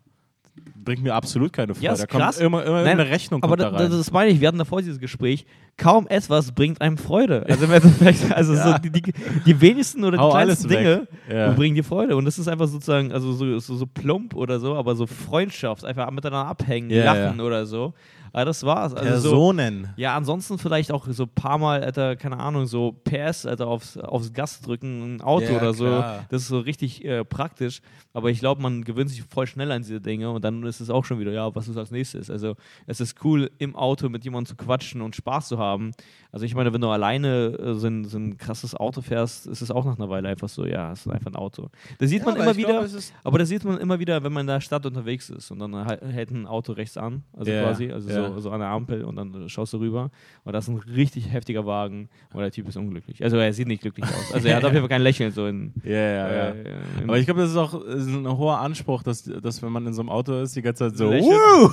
Bringt mir absolut keine Freude. Ja, ist da kommt krass. immer, immer Nein, eine Rechnung Aber kommt da da- rein. das, das meine ich, wir hatten davor dieses Gespräch, kaum etwas bringt einem Freude. Also im Endeffekt, also so die, die, die wenigsten oder die Hau kleinsten alles Dinge weg. Ja. bringen dir Freude. Und das ist einfach sozusagen, also so, so, so plump oder so, aber so Freundschaft, einfach miteinander abhängen, Ja, lachen oder so. Aber das war's. Also so, Personen. ja, ansonsten vielleicht auch so ein paar Mal, Alter, keine Ahnung, so PS, Alter, aufs, aufs Gas drücken, ein Auto Ja, oder so. klar. Das ist so richtig äh, praktisch. Aber ich glaube, man gewöhnt sich voll schnell an diese Dinge und dann ist es auch schon wieder, ja, was ist als nächstes? Also es ist cool, im Auto mit jemandem zu quatschen und Spaß zu haben. Also ich meine, wenn du alleine äh, so, ein, so ein krasses Auto fährst, ist es auch nach einer Weile einfach so, ja, es ist einfach ein Auto. Da sieht Ja, man aber immer ich glaub, wieder, es ist- aber das sieht man immer wieder, wenn man in der Stadt unterwegs ist und dann halt- hält ein Auto rechts an, also Ja, quasi, also ja. so, so an der Ampel und dann äh, schaust du rüber und das ist ein richtig heftiger Wagen und der Typ ist unglücklich. Also er sieht nicht glücklich aus. Also er hat auf jeden Fall kein Lächeln so in, Ja, ja, ja. äh, in Aber ich glaube, das ist auch äh, so ein hoher Anspruch, dass, dass wenn man in so einem Auto ist, die ganze Zeit so Lächelt. "Wuhu!"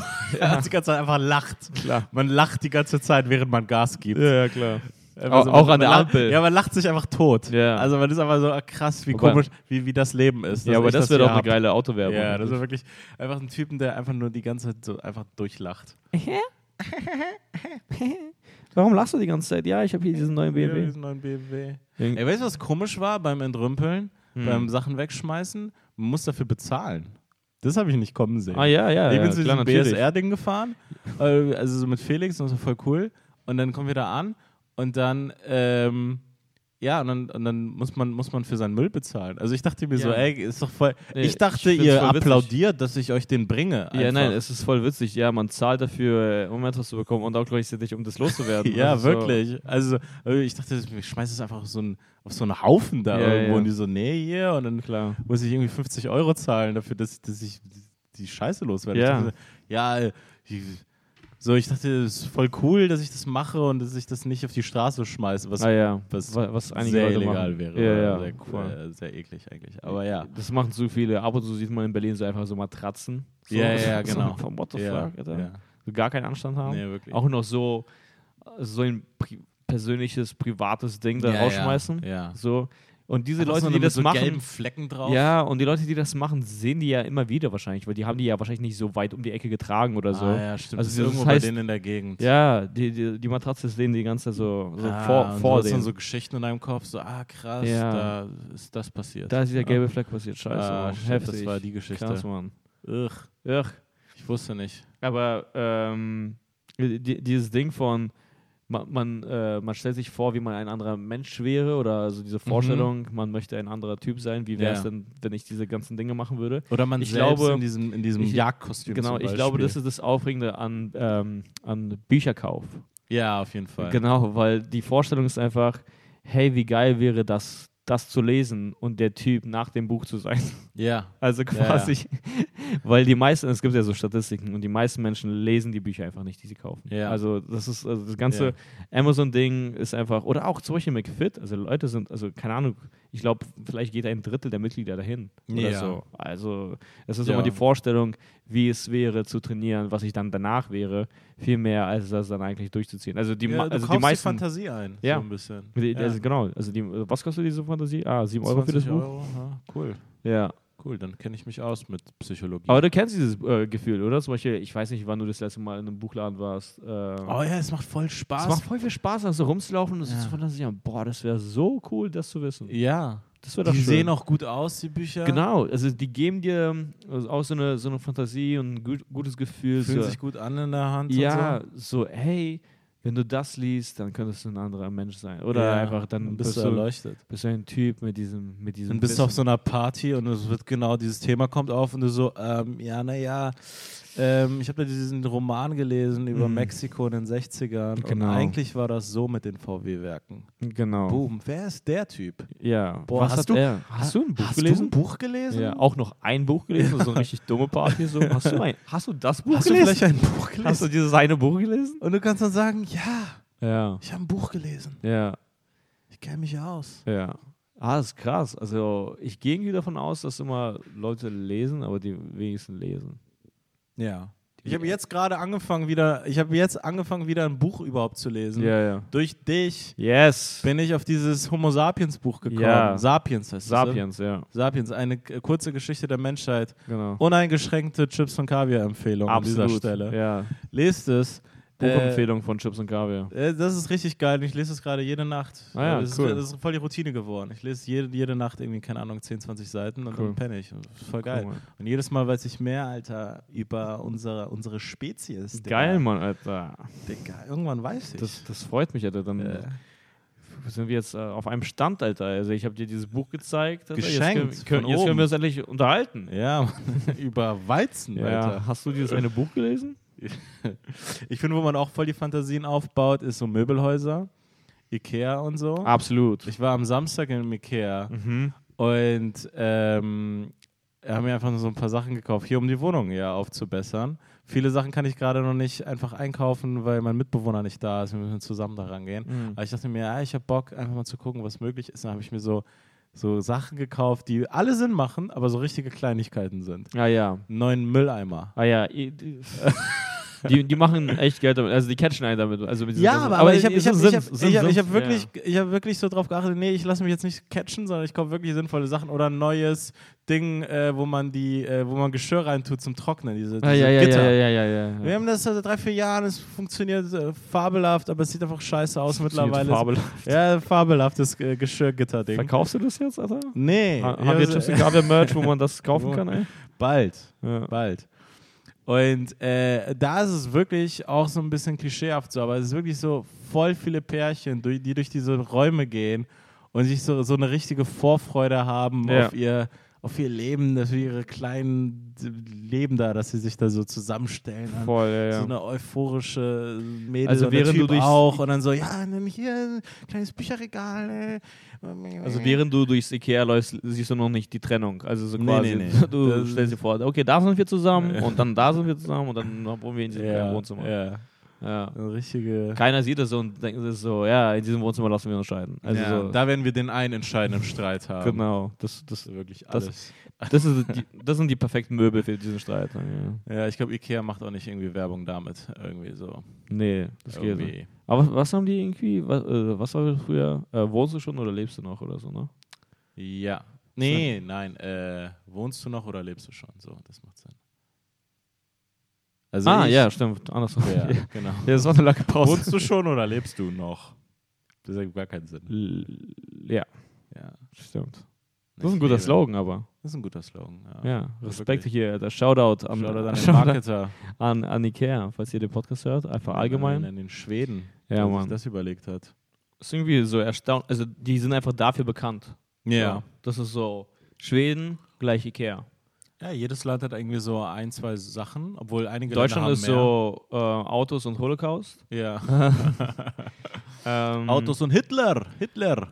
die ganze Zeit einfach lacht. Klar. Man lacht die ganze Zeit, während man Gas gibt. ja, klar. Einfach Au- auch an man- der Also man lacht- Ampel. Ja, man lacht sich einfach tot. Ja. Also man ist einfach so ah, krass, wie Aber- komisch, wie, wie das Leben ist. Ja, aber ich das wäre doch hier eine hab. geile Autowerbung. Ja, das ist wirklich einfach ein Typen, der einfach nur die ganze Zeit so einfach durchlacht. Warum lachst du die ganze Zeit? Ja, ich habe hier diesen neuen Ja, BMW. diesen neuen BMW. Irgend- Ey, weißt du, was komisch war beim Entrümpeln, Hm. beim Sachen wegschmeißen? Man muss dafür bezahlen. Das habe ich nicht kommen sehen. Ah ja, ja, ich bin ja, zu klar, diesem natürlich. BSR-Ding gefahren, äh, also so mit Felix, und das war voll cool. Und dann kommen wir da an und dann, ähm, ja, und dann, und dann muss, man, muss man für seinen Müll bezahlen. Also ich dachte mir so, Ja. ey, ist doch voll. Nee, ich dachte, ich find's ihr voll witzig. applaudiert, dass ich euch den bringe. Ja, einfach. nein, es ist voll witzig. Ja, man zahlt dafür, äh, um etwas zu bekommen und auch gleichzeitig, um das loszuwerden. ja, Also so- wirklich. Also äh, ich dachte, ich schmeiße es einfach auf so einen, auf so einen Haufen da Ja, irgendwo ja. und die so, nee, hier. Und dann Klar. muss ich irgendwie 50 Euro zahlen dafür, dass, dass ich die Scheiße loswerde. Ja. Ich dachte, ja, äh, ich, so ich dachte, es ist voll cool, dass ich das mache und dass ich das nicht auf die Straße schmeiße, was, ah ja, was wa- was einige sehr Leute illegal machen. Ja, wäre. ja, sehr, voll. cool, äh, sehr eklig eigentlich. Aber ja. Das machen so viele. Ab und zu sieht man in Berlin so einfach so Matratzen. So, Ja, ja, ja, genau. So, von what the ja, fuck, Alter. ja. So gar keinen Anstand haben. Nee, wirklich. Auch noch so, so ein pri persönliches, privates Ding da Ja, rausschmeißen. Ja. ja. So. Und diese Einfach so Leute, die mit das so machen. gelben Flecken drauf. Ja, und die Leute, die das machen, sehen die ja immer wieder wahrscheinlich, weil die haben die ja wahrscheinlich nicht so weit um die Ecke getragen oder so. ah, ja, stimmt. Also das ist das irgendwo heißt- bei denen in der Gegend. Ja, die, die, die Matratze ist denen die ganze Zeit so, so ah, vor, und du vor hast dann denen. so Geschichten in deinem Kopf, so, ah krass, Ja. da ist das passiert. da ist dieser Ja. gelbe Fleck passiert. Scheiße. Ah, Mann. shit, Heftig. Das war die Geschichte. Krass, Mann. Ugh. Ugh. Ich wusste nicht. Aber ähm, die, dieses Ding von, man, man, äh, man stellt sich vor, wie man ein anderer Mensch wäre oder also diese Vorstellung, man möchte ein anderer Typ sein. Wie wäre es Mhm. Ja. denn, wenn ich diese ganzen Dinge machen würde? Oder man Ich selbst glaube- in diesem, in diesem ich- Jagdkostüm. Genau, zum ich glaube, Beispiel. das ist das Aufregende an, ähm, an Bücherkauf. Ja, auf jeden Fall. Genau, weil die Vorstellung ist einfach, hey, wie geil wäre das, das zu lesen und der Typ nach dem Buch zu sein. Ja. Also ja. quasi, weil die meisten, es gibt ja so Statistiken und die meisten Menschen lesen die Bücher einfach nicht, die sie kaufen. Ja. Also das ist, also das ganze Amazon-Ding ist einfach, oder auch zum Beispiel McFit, also Leute sind, also keine Ahnung, ich glaube, vielleicht geht ein Drittel der Mitglieder dahin oder Ja. so. Also es ist Ja. immer die Vorstellung, wie es wäre zu trainieren, was ich dann danach wäre, viel mehr, als das dann eigentlich durchzuziehen. Also die, ja, ma- du also die kaufst meisten... Fantasie ein. Ja. So ein bisschen. Die, ja. also genau, also die, was kostet diese Fantasie? Ah, 7 Euro für das 20 Buch? Euro, aha, Cool. Ja. Cool, dann kenne ich mich aus mit Psychologie. Aber du kennst dieses äh, Gefühl, oder? Zum Beispiel, ich weiß nicht, wann du das letzte Mal in einem Buchladen warst. ähm, oh ja, es macht voll es Spaß. macht voll viel Spaß, da so rumzulaufen und so Ja. zu fantasieren. Boah, das wäre so cool, das zu wissen. ja. Das wäre doch Die schön. sehen auch gut aus, die Bücher. Genau, also die geben dir ähm, also auch so eine, so eine Fantasie und ein gut, gutes Gefühl. Fühlen so, sich gut an in der Hand. ja, Und so, hey, wenn du das liest, dann könntest du ein anderer Mensch sein. so. Oder ja. einfach, dann bist du erleuchtet. bist du ein Typ mit diesem mit diesem Dann bist du Wissen. auf so einer Party und es wird genau dieses Thema kommt auf und du so, ähm, ja, naja, ähm, ich habe da diesen Roman gelesen über Mhm. Mexiko in den 60ern Genau. und eigentlich war das so mit den VW-Werken. Genau. Boom, wer ist der Typ? Ja. Boah, Was hast hat du- er? Hast du ein Buch Hast gelesen? du ein Buch gelesen? Ja, auch noch ein Buch gelesen, so eine richtig dumme Party. So. Hast, du mein, hast du das Buch Hast du gelesen? vielleicht ein Buch gelesen? hast du dieses eine Buch gelesen? und du kannst dann sagen, ja, Ja, ich habe ein Buch gelesen. ja, Ich kenne mich aus. ja. Ah, das ist krass. Also ich gehe irgendwie davon aus, dass immer Leute lesen, aber die wenigsten lesen. Ja. Ich habe jetzt gerade angefangen wieder, ich habe jetzt angefangen wieder ein Buch überhaupt zu lesen. ja. Durch dich Yes. bin ich auf dieses Homo Sapiens Buch gekommen. Ja. Sapiens heißt es. oder? Sapiens, ja, Sapiens, eine k- kurze Geschichte der Menschheit. genau. Uneingeschränkte Chips und Kaviar-Empfehlung an dieser Stelle. Ja. Lest es. Buchempfehlung von Chips und Kaviar. Äh, äh, das ist richtig geil. und Ich lese es gerade jede Nacht. Ah ja, Äh, das, cool. ist, das ist voll die Routine geworden. Ich lese jede, jede Nacht irgendwie, keine Ahnung, 10, 20 Seiten und Cool. dann penne ich. Das ist voll geil. Guck mal. Und jedes Mal weiß ich mehr, Alter, über unsere, unsere Spezies. Digga. Geil, Mann, Alter. Digga, irgendwann weiß ich. Das, das freut mich, Alter. Dann Äh, sind wir jetzt äh, auf einem Stand, Alter. Also ich habe dir dieses Buch gezeigt. Alter. Geschenkt, Jetzt, können, von können, jetzt können oben. wir uns endlich unterhalten. ja, Mann. über Weizen, Alter. Hast du dieses eine Buch gelesen? Ich finde, wo man auch voll die Fantasien aufbaut, ist so Möbelhäuser, Ikea und so. Absolut. Ich war am Samstag in Ikea Ah. Mhm. und ähm, haben mir einfach nur so ein paar Sachen gekauft, hier um die Wohnung ja aufzubessern. Viele Sachen kann ich gerade noch nicht einfach einkaufen, weil mein Mitbewohner nicht da ist. Wir müssen zusammen daran gehen. Mhm. Aber ich dachte mir, ja, ich habe Bock, einfach mal zu gucken, was möglich ist. Dann habe ich mir so, so Sachen gekauft, die alle Sinn machen, aber so richtige Kleinigkeiten sind. Ah ja. Einen neuen Mülleimer. Ah ja. I- Die, die machen echt Geld damit. Also die catchen einen damit. Also mit diesen Ja, ganzen- aber, aber ich habe die- ich hab, so ich hab, Sims, ich hab, Sims, ich hab Sims, wirklich, ich hab wirklich so drauf geachtet, nee, ich lasse mich jetzt nicht catchen, sondern ich kaufe wirklich sinnvolle Sachen oder ein neues Ding, äh, wo man die, äh, wo man Geschirr reintut zum Trocknen, diese, diese Ah, Ja, ja, ja, Gitter. ja, ja, ja, ja. Wir haben das seit drei, vier Jahren, es funktioniert äh, fabelhaft, aber es sieht einfach scheiße aus mittlerweile. Ja, fabelhaftes äh, Geschirrgitter-Ding. Verkaufst du das jetzt, Alter? Nee, Ha- ich Haben wir hab's- Chips, haben wir Merch, also, äh, wo man das kaufen kann, ey? bald. Ja. bald. Und äh, da ist es wirklich auch so ein bisschen klischeehaft so, aber es ist wirklich so voll viele Pärchen, durch, die durch diese Räume gehen und sich so, so eine richtige Vorfreude haben Ja. auf, ihr, auf ihr Leben, dass wir ihre kleinen D- Leben da, dass sie sich da so zusammenstellen. Dann Voll, ja, ja. So eine euphorische Mädel Also und der während du typ durchs- auch und dann so, ja, nimm hier ein kleines Bücherregal. ey. Also während du durchs Ikea läufst, siehst du noch nicht die Trennung. Also so Mhm. Nee, quasi, nee, nee. du Das- stellst dir vor, okay, da sind wir zusammen und dann da sind wir zusammen und dann wohnen wir in diesem kleinen ja, Wohnzimmer. ja, Ja. eine richtige... Keiner sieht das und denkt es ist so, ja, in diesem Wohnzimmer lassen wir uns scheiden. Also ja, so, da werden wir den einen entscheidenden Streit haben. genau, das, das, wirklich Das- alles. das, ist die, das sind die perfekten Möbel für diesen Streit. Ja. ja, ich glaube, Ikea macht auch nicht irgendwie Werbung damit. Irgendwie so. Nee, das geht nicht. irgendwie. Aber was haben die irgendwie, was, äh, was war das früher? Äh, wohnst du schon oder lebst du noch oder so, ne? Ja. Nee, nein. Äh, wohnst du noch oder lebst du schon? So, das macht Sinn. Also ah, ich- ja, stimmt, andersrum. Ja, Ja, genau. das war eine lange Pause. Wohnst du schon oder lebst du noch? Das ergibt gar keinen Sinn. L- Ja, Ja. stimmt. Das ist Ich ein guter lebe. Slogan, aber. Das ist ein guter Slogan. Ja. Ja, Respekt wirklich. hier, der Shoutout an, Schau da deinen Shoutout Marketer. an, an Ikea, falls ihr den Podcast hört, einfach An allgemein. den Schweden, Ja, der Mann. sich das überlegt hat. Ist irgendwie so erstaunlich, also die sind einfach dafür bekannt. So, Ja. das ist so, Schweden gleich Ikea. Ja, jedes Land hat irgendwie so ein, zwei Sachen, obwohl einige Deutschland Länder haben ist mehr. so äh, Autos und Holocaust. Ja. Ähm, Autos und Hitler. Hitler.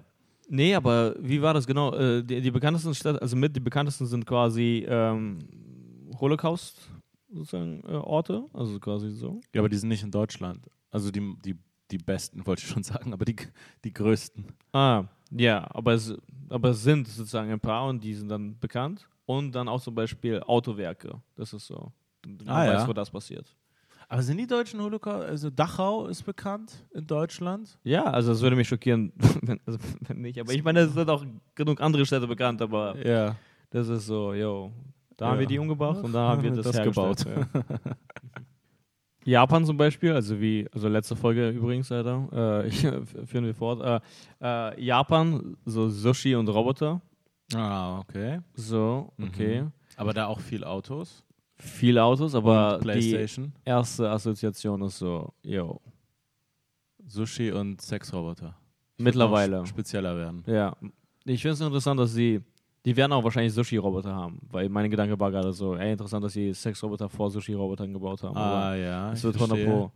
Nee, aber wie war das genau? Äh, die, die bekanntesten Städte, also mit die bekanntesten sind quasi ähm, Holocaust sozusagen äh, Orte, also quasi so. Ja, aber die sind nicht in Deutschland. Also die, die, die besten, wollte ich schon sagen, aber die, die größten. Ah, ja, aber es, aber es sind sozusagen ein paar und die sind dann bekannt. Und dann auch zum Beispiel Autowerke. Das ist so. Du, du Ah, weißt, ja. wo das passiert. Aber sind die deutschen Holocaust, also Dachau ist bekannt in Deutschland? Ja, also es würde mich schockieren, wenn, also, wenn nicht. Aber ich meine, es sind auch genug andere Städte bekannt, aber Ja. das ist so, yo. Da haben Ja. wir die umgebracht und da haben wir das, Das hergestellt, Ja. Japan zum Beispiel, also wie, also letzte Folge übrigens, Alter, äh, ich, führen wir fort. Äh, äh, Japan, so Sushi und Roboter. Ah, okay. So, okay. Aber da auch viel Autos. Viele Autos, aber Und die Playstation, erste Assoziation ist so, yo, Sushi und Sexroboter. mittlerweile. Noch Spezieller werden. Ja. Ich finde es interessant, dass sie, die werden auch wahrscheinlich Sushi-Roboter haben, weil mein Gedanke war gerade so, ey, interessant, dass sie Sexroboter vor Sushi-Robotern gebaut haben. aber Ah, ja. es ich wird 100 verstehe. Pro.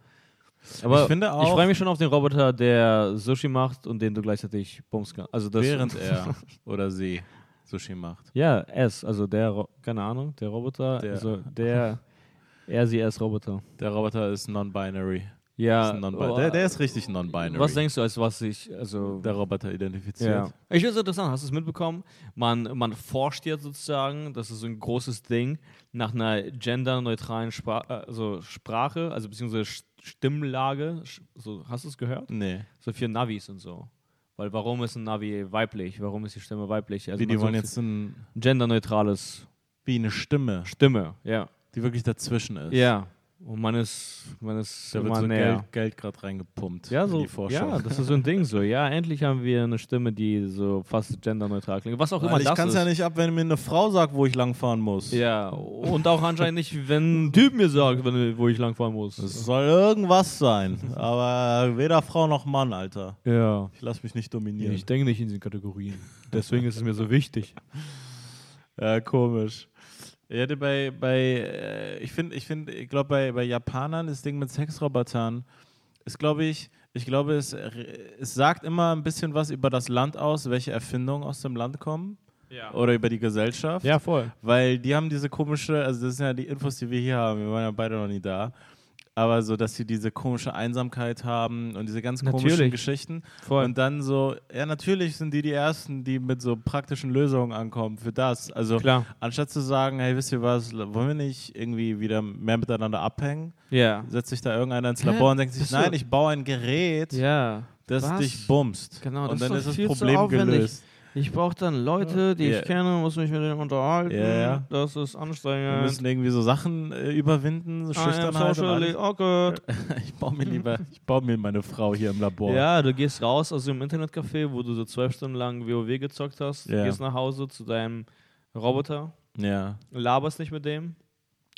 Aber ich finde Ich auch, freue mich schon auf den Roboter, der Sushi macht und den du gleichzeitig bumst kannst. Also das während er oder sie Sushi macht. Ja, es, also der, Ro- keine Ahnung, der Roboter, Der. also der, er, sie, es Roboter. Der Roboter ist non-binary. Ja, Ist non aber der, der ist richtig non-binary. was denkst du, als was ich, also... der Roboter identifiziert? ja. Ich finde es interessant, hast du es mitbekommen? Man, man forscht jetzt sozusagen, das ist so ein großes Ding, nach einer genderneutralen Spra also Sprache, also beziehungsweise Sch- Stimmlage. Sch- So, hast du es gehört? Nee. So für Navis und so. Weil warum ist ein Navi weiblich? Warum ist die Stimme weiblich? Also Wie, die man wollen sucht jetzt ein, genderneutrales wie eine Stimme, Stimme, ja. die wirklich dazwischen ist. Ja. Und man ist, man ist Da wird immer so näher. Geld, Geld gerade reingepumpt Ja, in so, die Vorschau. ja, das ist so ein Ding so. Ja, endlich haben wir eine Stimme, die so fast genderneutral klingt. Was auch immer Weil Also ich das kann ist. es ja nicht ab, wenn mir eine Frau sagt, wo ich langfahren muss. ja, und auch anscheinend nicht, wenn ein Typ mir sagt, wenn, wo ich langfahren muss. Es soll irgendwas sein. Aber weder Frau noch Mann, Alter. ja. Ich lasse mich nicht dominieren. Ich denke nicht in diesen Kategorien. Deswegen ist es mir so wichtig. Ja, komisch. Ich hatte bei, bei äh, ich finde, ich finde, ich glaube, bei, bei Japanern, das Ding mit Sexrobotern ist, glaube ich, ich glaube, es, re- es sagt immer ein bisschen was über das Land aus, welche Erfindungen aus dem Land kommen Ja, oder über die Gesellschaft. ja voll. Weil die haben diese komische, also das sind ja die Infos, die wir hier haben, wir waren ja beide noch nie da. aber so, dass sie diese komische Einsamkeit haben und diese ganz komischen Natürlich. Geschichten. Voll. Und dann so, ja, natürlich sind die die Ersten, die mit so praktischen Lösungen ankommen für das. Also, Klar. anstatt zu sagen, hey, wisst ihr was, wollen wir nicht irgendwie wieder mehr miteinander abhängen, Ja. setzt sich da irgendeiner ins Hä? Labor und denkt sich, Bist du- nein, ich baue ein Gerät, Ja. das Was? dich bumst. Genau, und das ist dann doch ist das viel zu Problem aufwendig. gelöst. Ich brauche dann Leute, die Ja. ich kenne, muss mich mit denen unterhalten. Ja, ja. Das ist Wir anstrengend. müssen irgendwie so Sachen äh, überwinden, so I am Schüchternheit. Und socially alles. awkward. Ich baue mir lieber, ich baue mir meine Frau hier im Labor. Ja, du gehst raus aus dem Internetcafé, wo du so zwölf Stunden lang WoW gezockt hast, Ja. gehst nach Hause zu deinem Roboter, ja. laberst nicht mit dem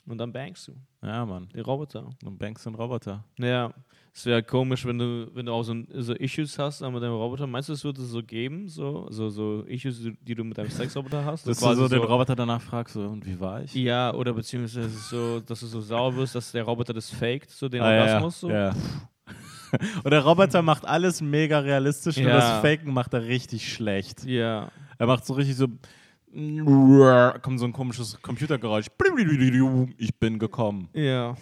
und dann bangst du Ja, Mann. den Roboter. Und Banks und Roboter. Ja, es wäre komisch, wenn du, wenn du auch so, so Issues hast dann mit deinem Roboter. Meinst du, es würde es so geben? So, so, so Issues, die- die du mit deinem Sexroboter hast? Dass du quasi so den Roboter danach fragst, so, und wie war ich? Ja, oder beziehungsweise so, dass du so sauer wirst, dass der Roboter das faked, so den Ah, ja, Orgasmus. so. ja. und der Roboter macht alles mega realistisch und Ja. das Faken macht er richtig schlecht. Ja. Er macht so richtig so. Kommt so ein komisches Computergeräusch. Ich bin gekommen. Ja.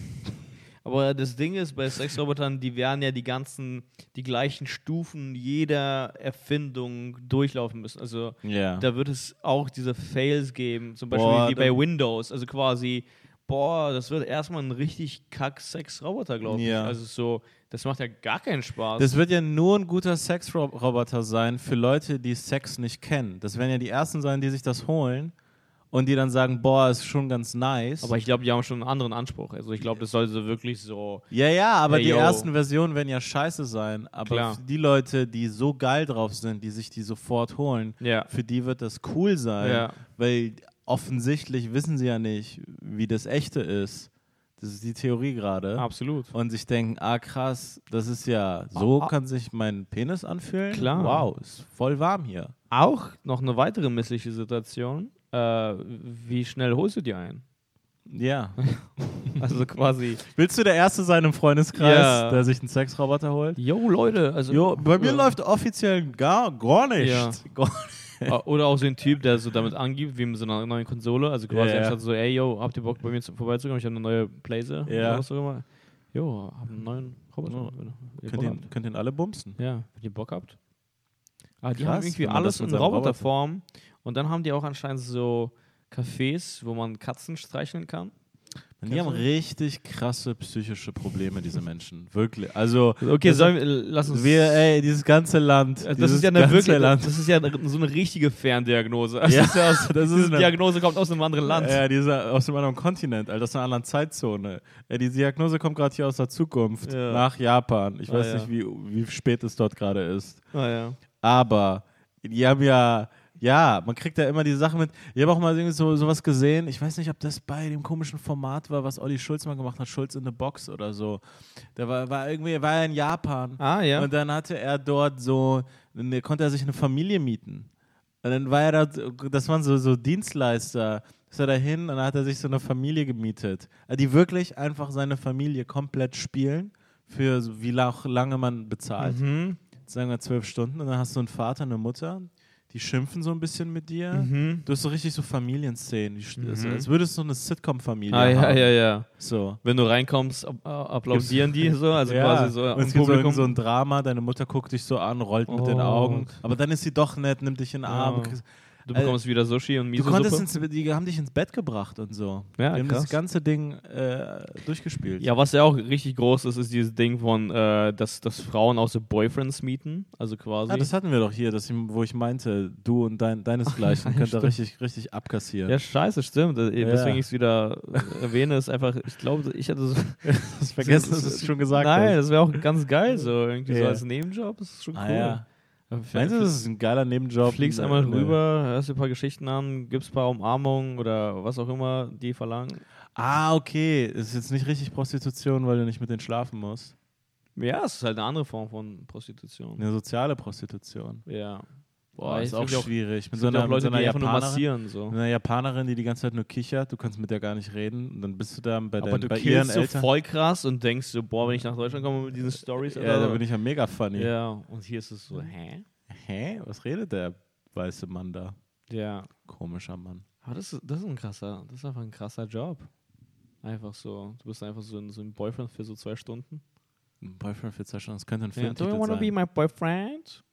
Aber das Ding ist, bei Sexrobotern, die werden ja die ganzen, die gleichen Stufen jeder Erfindung durchlaufen müssen. Also Ja. da wird es auch diese Fails geben, zum Beispiel Boah, wie da- bei Windows. Also quasi, boah, das wird erstmal ein richtig kack Sexroboter, glaube ich. Ja. Also so, das macht ja gar keinen Spaß. Das wird ja nur ein guter Sexroboter sein für Leute, die Sex nicht kennen. Das werden ja die ersten sein, die sich das holen und die dann sagen, boah, ist schon ganz nice. aber ich glaube, die haben schon einen anderen Anspruch. Also ich glaube, das sollte wirklich so. Ja, ja, aber Ey, die yo. ersten Versionen werden ja scheiße sein. Aber Klar. für die Leute, die so geil drauf sind, die sich die sofort holen, Ja. für die wird das cool sein. Ja. Weil offensichtlich wissen sie ja nicht, wie das echte ist. Das ist die Theorie gerade. Absolut. Und sich denken, ah krass, das ist ja, so Ah, ah. kann sich mein Penis anfühlen. Klar. Wow, ist voll warm hier. Auch noch eine weitere missliche Situation. Äh, wie schnell holst du dir ein? Ja. Also quasi, Willst du der Erste sein im Freundeskreis, Ja. der sich einen Sexroboter holt? yo Leute, also Jo, bei mir Ja. läuft offiziell gar, gar Ja. nichts. Gar Äh, oder auch so ein Typ, der so damit angibt, wie mit so einer neuen Konsole, also quasi Ja, ja. anstatt so, ey yo, habt ihr Bock bei mir zu, vorbeizukommen? Ich habe eine neue Blazer. Ja. Was auch immer. Jo, hab einen neuen Roboter. Ja. Wenn ihr Könnt Bock ihr, habt. könnt ihr alle bumsen? Ja, wenn ihr Bock habt. Aber die Krass, haben irgendwie wenn man alles das mit in seinem Roboter- Roboterform und dann haben die auch anscheinend so Cafés, wo man Katzen streicheln kann. Die haben richtig krasse psychische Probleme, diese Menschen. Wirklich. Also, Okay, das- sollen wir, lass uns wir, ey, dieses ganze Land. Das dieses ist ja eine ganze wirklich, Land. das ist ja so eine richtige Ferndiagnose. Also Ja, das ist ja aus, das diese ist eine, Diagnose kommt aus einem anderen Land. Ja, diese aus einem anderen Kontinent, Alter, aus einer anderen Zeitzone. Äh, die Diagnose kommt gerade hier aus der Zukunft, Ja. nach Japan. Ich Ah, weiß ja. nicht, wie, wie spät es dort gerade ist. Ah, ja. Aber die haben ja, ja, man kriegt ja immer die Sachen mit. Ich habe auch mal irgendwie so, sowas gesehen. Ich weiß nicht, ob das bei dem komischen Format war, was Olli Schulz mal gemacht hat, Schulz in the Box oder so. Da war, war irgendwie, war er in Japan. Ah, ja. Und dann hatte er dort so, ne, konnte er sich eine Familie mieten. Und dann war er da, das waren so, so Dienstleister. Ist er dahin und dann hat er sich so eine Familie gemietet, Also die wirklich einfach seine Familie komplett spielen, für so wie auch lange man bezahlt mhm. sagen wir zwölf Stunden und dann hast du einen Vater, eine Mutter, die schimpfen so ein bisschen mit dir. Mhm. Du hast so richtig so Familienszenen, die, sch- also, Mhm. als würdest du eine Sitcom-Familie ah, ja, haben. ja, ja. So. Wenn du reinkommst, ab, a- applaudieren die so, also Ja, quasi so und im es gibt so, irgend Publikum. so ein Drama, deine Mutter guckt dich so an, rollt mit den Oh. Augen, aber dann ist sie doch nett, nimmt dich in den Arm. Ja. kriegst- du bekommst wieder Sushi und Du miso konntest ins, die haben dich ins Bett gebracht und so. Ja, die haben das krass. ganze Ding äh, durchgespielt. Ja, was ja auch richtig groß ist, ist dieses Ding von, äh, dass, dass Frauen auch so Boyfriends mieten, also quasi. Ah, das hatten wir doch hier, dass ich, wo ich meinte, du und dein, deinesgleichen ja, könnt da stimmt. richtig, richtig abkassieren. ja, scheiße, stimmt. Äh, Ja. Deswegen ich es wieder erwähne, ist einfach, ich glaube, ich hatte so, das vergessen, dass du es schon gesagt hast. Nein, das wäre auch ganz geil so. Irgendwie so Ja. als Nebenjob, das ist schon cool. Ah, ja. Aber Meinst du, das ist ein geiler Nebenjob? Äh, fliegst einmal Nee. rüber, hörst dir ein paar Geschichten an, gibst ein paar Umarmungen oder was auch immer die verlangen. Ah, okay. Ist jetzt nicht richtig Prostitution, weil du nicht mit denen schlafen musst. Ja, es ist halt eine andere Form von Prostitution. Eine soziale Prostitution. Ja. Boah, ist es auch gibt ja schwierig. Mit Es so gibt ja einer, auch mit Leute, so einer die einfach nur Japanerin, massieren. ne? So. mit einer Japanerin, die die ganze Zeit nur kichert, du kannst mit der gar nicht reden. Und dann bist du da bei, Aber deinen, du bei ihren killst so Eltern. voll krass und denkst so, boah, wenn ich nach Deutschland komme mit diesen Stories. ja, da bin ich ja mega funny. ja, und hier ist es so, hä? Hä? Was redet der weiße Mann da? Ja. Komischer Mann. Aber das ist, das ist ein krasser, das ist einfach ein krasser Job. Einfach so, du bist einfach so ein, so ein Boyfriend für so zwei Stunden. Ein Boyfriend für zwei Stunden, das könnte ein Ja. Film Do you wanna sein. be my boyfriend?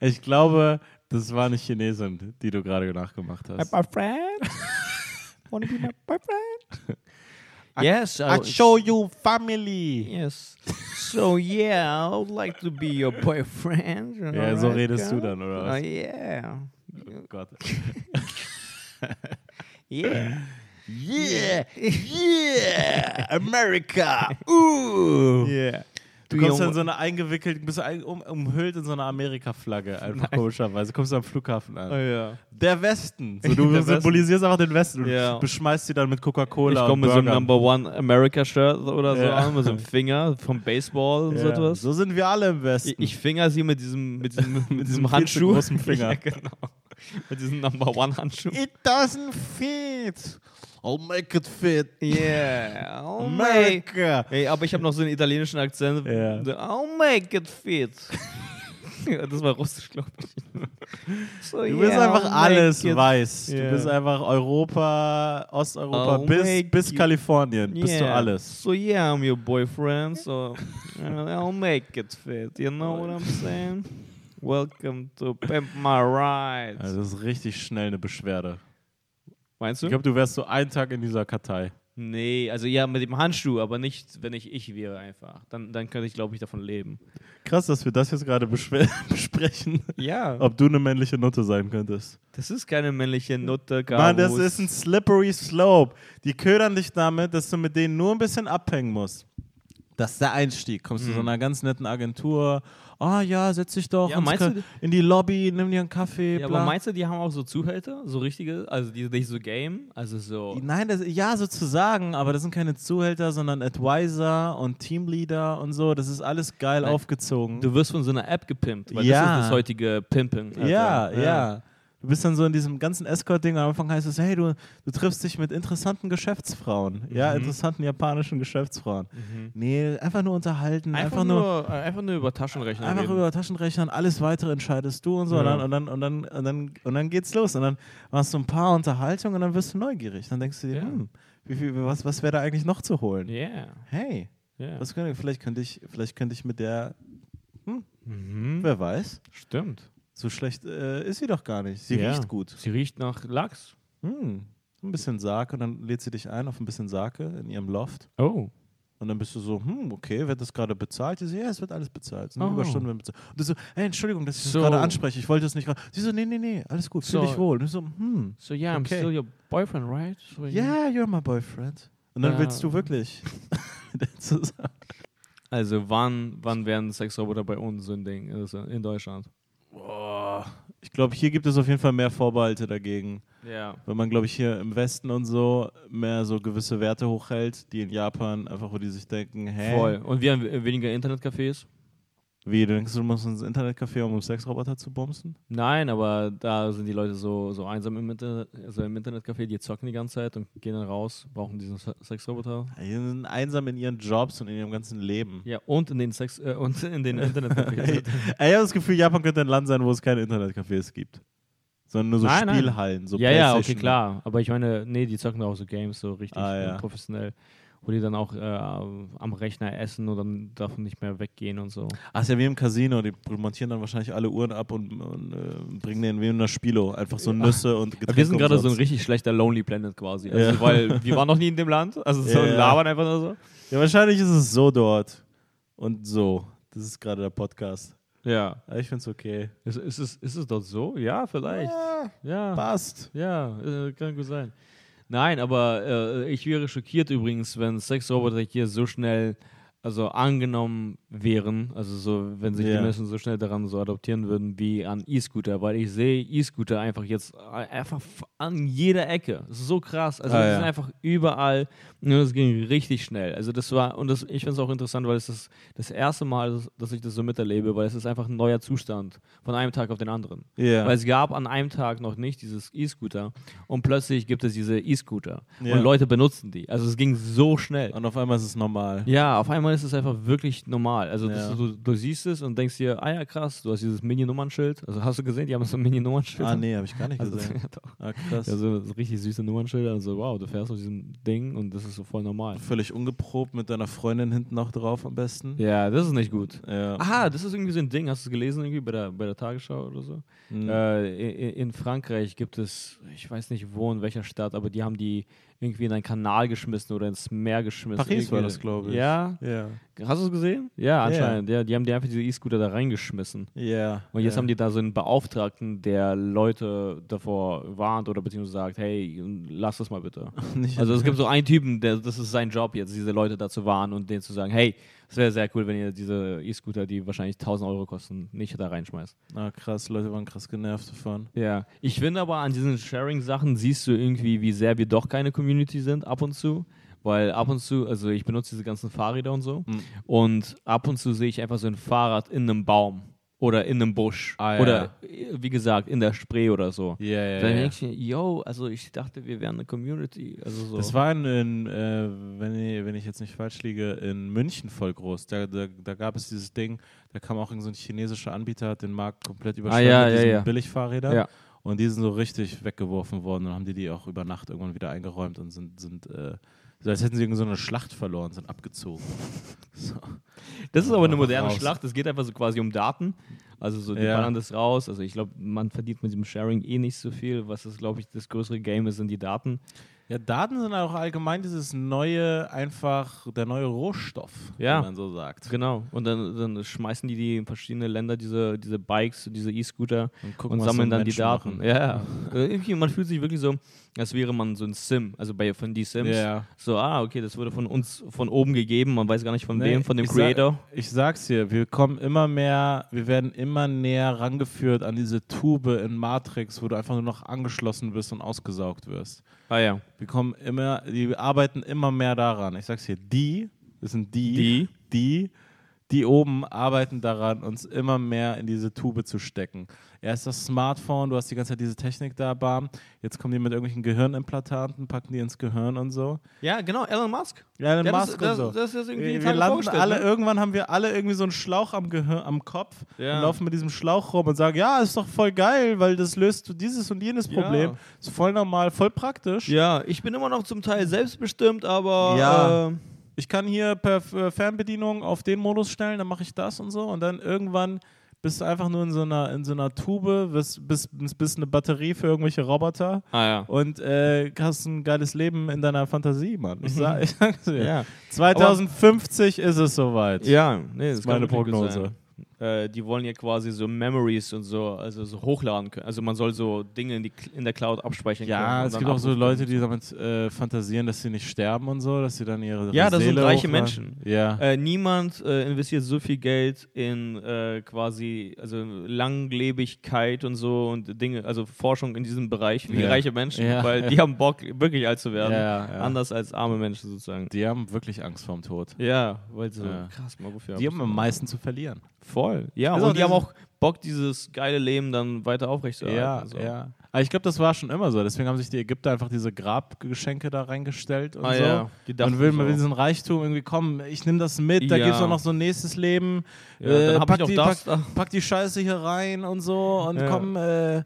Ich glaube, das war nicht Chinesin, die du gerade nachgemacht My hast. boyfriend? wanna be my boyfriend? yes, you family. Yes. So yeah, I would like to be your boyfriend. you know, Ja, so right, redest du girl? dann, oder Oh, was? yeah. Oh Gott. Yeah. Yeah, yeah, America, ooh. Yeah. Du kommst also- dann so eine eingewickelt, bist ein, um, umhüllt in so einer Amerika-Flagge, einfach komischerweise. Kommst du am Flughafen an. Oh, ja. Der Westen. So, du Der symbolisierst einfach den Westen und Ja. beschmeißt sie dann mit Coca-Cola. Ich und komme mit so einem Burgern. Number One America Shirt oder so Ja. an, mit so einem Finger vom Baseball und so Ja. etwas. So sind wir alle im Westen. Ich, ich finger sie mit diesem, mit diesem, mit diesem viel zu Handschuh. großen Finger. Ja, genau. Mit diesem Number One Handschuh. It doesn't fit. I'll make it fit. Yeah. Oh my. America. Ey, aber ich habe noch so einen italienischen Akzent. Ja. So, I'll make it fit. Ja, das war russisch, glaube ich. So, Du bist yeah, I'll einfach make alles it- weiß. Yeah. Du bist einfach Europa, Osteuropa, I'll bis, make bis you- Kalifornien. Bist du Yeah. alles. So yeah, I'm your boyfriend, so uh, I'll make it fit. You know what I'm saying? Welcome to Pimp My Ride. Also das ist richtig schnell eine Beschwerde. Meinst Ich glaube, du wärst so einen Tag in dieser Kartei. Nee, also ja, mit dem Handschuh, aber nicht, wenn ich ich wäre einfach. Dann, dann könnte ich, glaube ich, davon leben. Krass, dass wir das jetzt gerade beschwer- besprechen, Ja. ob du eine männliche Nutte sein könntest. Das ist keine männliche Nutte, Garus. Mann, das ist ein slippery slope. Die ködern dich damit, dass du mit denen nur ein bisschen abhängen musst. Das ist der Einstieg. Kommst du zu so einer ganz netten Agentur. Ah Mhm. ja, setz dich doch Ja, ins meinst Ka- du- in die Lobby, nimm dir einen Kaffee. Ja, bla. aber meinst du, die haben auch so Zuhälter? So richtige? Also die nicht so Game? Also so... Nein, das, ja, sozusagen, aber das sind keine Zuhälter, sondern Advisor und Teamleader und so. Das ist alles geil Nein. aufgezogen. Du wirst von so einer App gepimpt, weil das Mhm. Ja. ist das heutige also. Pimpen. Alter. ja, ja, Du bist dann so in diesem ganzen Escort-Ding. Am Anfang heißt es, hey, du, du triffst dich mit interessanten Geschäftsfrauen. Mhm. Ja, interessanten japanischen Geschäftsfrauen. Nee, einfach nur unterhalten, einfach, nur, äh, Mhm. einfach nur über Taschenrechner. einfach reden. über Taschenrechnern, alles weitere entscheidest du und so. Ja. Und, dann, und, dann, und, dann, und, dann, und dann geht's los. Und dann machst du ein paar Unterhaltungen und dann wirst du neugierig. Dann denkst du dir, Ja. hm, wie, viel- was, was wäre da eigentlich noch zu holen? Yeah. Hey, yeah. was könnte, vielleicht, könnte ich, vielleicht könnte ich mit der, Mhm. wer weiß, Stimmt. so schlecht äh, ist sie doch gar nicht. Sie Ja. riecht gut. Sie riecht nach Lachs. Hm, ein bisschen Sake und dann lädt sie dich ein auf ein bisschen Sake in ihrem Loft. Oh. Und dann bist du so, hm, okay, wird das gerade bezahlt? Die so, ja, es wird alles bezahlt. Oh. Oh. Überstunden werden bezahlt. Und du so, hey, Entschuldigung, dass ich So. das gerade anspreche. Ich wollte es nicht. ra- Sie so, nee, nee, nee, alles gut, fühl So. Mhm. dich wohl. Und ich so, hm, So yeah, I'm Okay. still your boyfriend, right? So, yeah, you're my boyfriend. Und dann Ja. willst du wirklich mit der zusammen. Also wann, wann werden Sexroboter bei uns so ein Ding also in Deutschland? Boah. Ich glaube, hier gibt es auf jeden Fall mehr Vorbehalte dagegen. Ja. Wenn man, glaube ich, hier im Westen und so mehr so gewisse Werte hochhält, die in Japan einfach, wo die sich denken, hä? Voll. Und wir haben we- weniger Internetcafés? Wie, du denkst, du musst ins Internetcafé, um einen Sexroboter zu bumsen? Nein, aber da sind die Leute so, so einsam im, Internet, also im Internetcafé, die zocken die ganze Zeit und gehen dann raus, brauchen diesen Se- Sexroboter. Die sind einsam in ihren Jobs und in ihrem ganzen Leben. Ja, und in den Sex äh, und in den Internetcafés. Ey, ich habe das Gefühl, Japan könnte ein Land sein, wo es keine Internetcafés gibt. Sondern nur so Nein, nein. Spielhallen, so ja, ja, okay, PlayStation. klar. Aber ich meine, nee, die zocken doch auch so Games so richtig Ah, äh, ja. professionell, wo die dann auch äh, am Rechner essen und dann davon nicht mehr weggehen und so. Ach, ist ja wie im Casino, die montieren dann wahrscheinlich alle Uhren ab und, und äh, bringen denen wie in einer Spilo einfach so Nüsse und Getränke. wir sind gerade so ein umsonst. richtig schlechter Lonely Planet quasi. Also, Ja. Weil wir waren noch nie in dem Land, also so Ja, ja. labern einfach nur so. Ja, wahrscheinlich ist es so dort und so. Das ist gerade der Podcast. Ja. Aber ich find's okay. Ist, ist, es, ist es dort so? Ja, vielleicht. Ja. Passt. Ja, äh, kann gut sein. Nein, aber äh, ich wäre schockiert übrigens, wenn Sexroboter hier so schnell also angenommen wären, also so, wenn sich Ja. die Menschen so schnell daran so adoptieren würden wie an E-Scooter, weil ich sehe E-Scooter einfach jetzt äh, einfach f- an jeder Ecke. Das ist so krass. Also Ah, die ja. sind einfach überall und das ging richtig schnell. Also das war, und das, ich finde es auch interessant, weil es ist das erste Mal, dass- dass ich das so miterlebe, weil es ist einfach ein neuer Zustand von einem Tag auf den anderen. Ja. Weil es gab an einem Tag noch nicht dieses E-Scooter und plötzlich gibt es diese E-Scooter Ja. und Leute benutzen die. Also es ging so schnell. Und auf einmal ist es normal. Ja, auf einmal ist es einfach wirklich normal. Also das- Ja. du, du siehst es und denkst dir, ah ja, krass, du hast dieses Mini-Nummernschild. Also hast du gesehen, die haben so ein Mini-Nummernschild. Ah, nee, habe ich gar nicht Also, gesehen. ja, doch. Ah, krass. also so richtig süße Nummernschilder. Also wow, du fährst auf diesem Ding und das ist so voll normal. Völlig ungeprobt mit deiner Freundin hinten auch drauf am besten. Ja, das ist nicht gut. Ja. Aha, das ist irgendwie so ein Ding. Hast du es gelesen irgendwie bei der, bei der Tagesschau oder so? Mhm. Äh, in, in Frankreich gibt es, ich weiß nicht wo, in welcher Stadt, aber die haben die irgendwie in einen Kanal geschmissen oder ins Meer geschmissen. Paris war Irgendwie- das, glaube ich. Ja. Ja. Hast du es gesehen? Ja, anscheinend. Ja, die haben die einfach diese E-Scooter da reingeschmissen. Ja. Und jetzt ja. haben die da so einen Beauftragten, der Leute davor warnt oder beziehungsweise sagt, hey, lass das mal bitte. Nicht- Also es gibt so einen Typen, der, das ist sein Job jetzt, diese Leute da zu warnen und denen zu sagen, hey, es wäre sehr cool, wenn ihr diese E-Scooter, die wahrscheinlich 1000 Euro kosten, nicht da reinschmeißt. Ah, krass, Leute waren krass genervt davon. Ja, ich finde aber an diesen Sharing-Sachen siehst du irgendwie, wie sehr wir doch keine Community sind ab und zu. Weil ab und zu, also ich benutze diese ganzen Fahrräder und so. Mhm. Und ab und zu sehe ich einfach so ein Fahrrad in einem Baum oder in einem Busch. Ah, ja, Oder äh, wie gesagt, in der Spree oder so. Ja, ja, Dann denke ich mir, yo, also ich dachte, wir wären eine Community. Also so. Das war in, in äh, wenn, ich, wenn ich jetzt nicht falsch liege, in München voll groß. Da, da, da gab es dieses Ding, da kam auch irgend so ein chinesischer Anbieter, hat den Markt komplett überschwemmt Ah, ja, mit ja, diesen ja. Billigfahrrädern. Ja. Und die sind so richtig weggeworfen worden. Dann haben die die auch über Nacht irgendwann wieder eingeräumt und sind, sind äh, so als hätten sie irgendeine so eine Schlacht verloren, sind abgezogen. So. Das ist aber eine Einfach moderne raus. Schlacht. Es geht einfach so quasi um Daten. Also so, die Ja. ballern das raus. Also ich glaube, man verdient mit dem Sharing eh nicht so viel. Was ist, glaube ich, das größere Game ist, sind die Daten. Ja, Daten sind auch allgemein dieses neue, einfach der neue Rohstoff, Ja. wie man so sagt. Genau. Und dann, dann schmeißen die, die in verschiedene Länder diese, diese Bikes, diese E-Scooter Und und, gucken, was sammeln so dann die Menschen Daten. machen. Ja, ja. Äh, Irgendwie, man fühlt sich wirklich so, als wäre man so ein Sim, also bei von die Sims. Ja. So, ah, okay, das wurde von uns von oben gegeben, man weiß gar nicht von Nee, wem, von dem ich Creator. Sag, ich sag's dir, wir kommen immer mehr, wir werden immer näher rangeführt an diese Tube in Matrix, wo du einfach nur noch angeschlossen bist und ausgesaugt wirst. Ah ja. Wir kommen immer, die arbeiten immer mehr daran. Ich sag's dir, die, das sind die, Die? die, die oben arbeiten daran, uns immer mehr in diese Tube zu stecken. Erst das Smartphone, du hast die ganze Zeit diese Technik da, bam. Jetzt kommen die mit irgendwelchen Gehirnimplantaten, packen die ins Gehirn und so. Ja, genau, Elon Musk. Ja, Ja, Elon das- Musk das- und so. das ist jetzt irgendwie die wir Tage landen vorgestellt, alle, ne? irgendwann haben wir alle irgendwie so einen Schlauch am, Gehirn, am Kopf Ja. und laufen mit diesem Schlauch rum und sagen, ja, ist doch voll geil, weil das löst du dieses und jenes Ja. Problem. Ist voll normal, voll praktisch. Ja, ich bin immer noch zum Teil selbstbestimmt, aber Ja. ähm, Ich kann hier per F- äh, Fernbedienung auf den Modus stellen, dann mache ich das und so und dann irgendwann bist du einfach nur in so einer, in so einer Tube, bist, bist, bist eine Batterie für irgendwelche Roboter ah ja. und äh, hast ein geiles Leben in deiner Fantasie, Mann. Ich, sag, ich sag's dir. Mhm. Ja. 2050 ist es soweit. Ja, nee, das, ist kann meine wirklich gut Prognose. sein. Äh, die wollen ja quasi so Memories und so, also so hochladen können. Also man soll so Dinge in, die, Cl- in der Cloud abspeichern können. Ja, und es dann gibt auch so abrufen. Leute, die damit äh, fantasieren, dass sie nicht sterben und so, dass sie dann ihre Ja, das Seele sind reiche hochladen. Menschen. Ja. Äh, niemand äh, investiert so viel Geld in äh, quasi also Langlebigkeit und so und Dinge, also Forschung in diesem Bereich wie Ja. reiche Menschen, Ja, weil ja. die haben Bock, wirklich alt zu werden. Ja, ja. Anders als arme Menschen sozusagen. die haben wirklich Angst vorm Tod. Ja, weil so Ja. krass, mal wofür Die hab haben ich- am meisten zu verlieren. Voll. Ja, Also und die haben diesen- auch Bock, dieses geile Leben dann weiter aufrechtzuerhalten. halt so. Aber ich glaube, das war schon immer so. Deswegen haben sich die Ägypter einfach diese Grabgeschenke da reingestellt und Ah, so. ja. Die dachten und will mit so. diesem Reichtum irgendwie kommen. Ich nehme das mit, da Ja. gibt es auch noch so ein nächstes Leben. Äh, Ja, dann hab pack, ich auch die, das pack, da. pack die Scheiße hier rein und so und Ja. komm, äh, äh,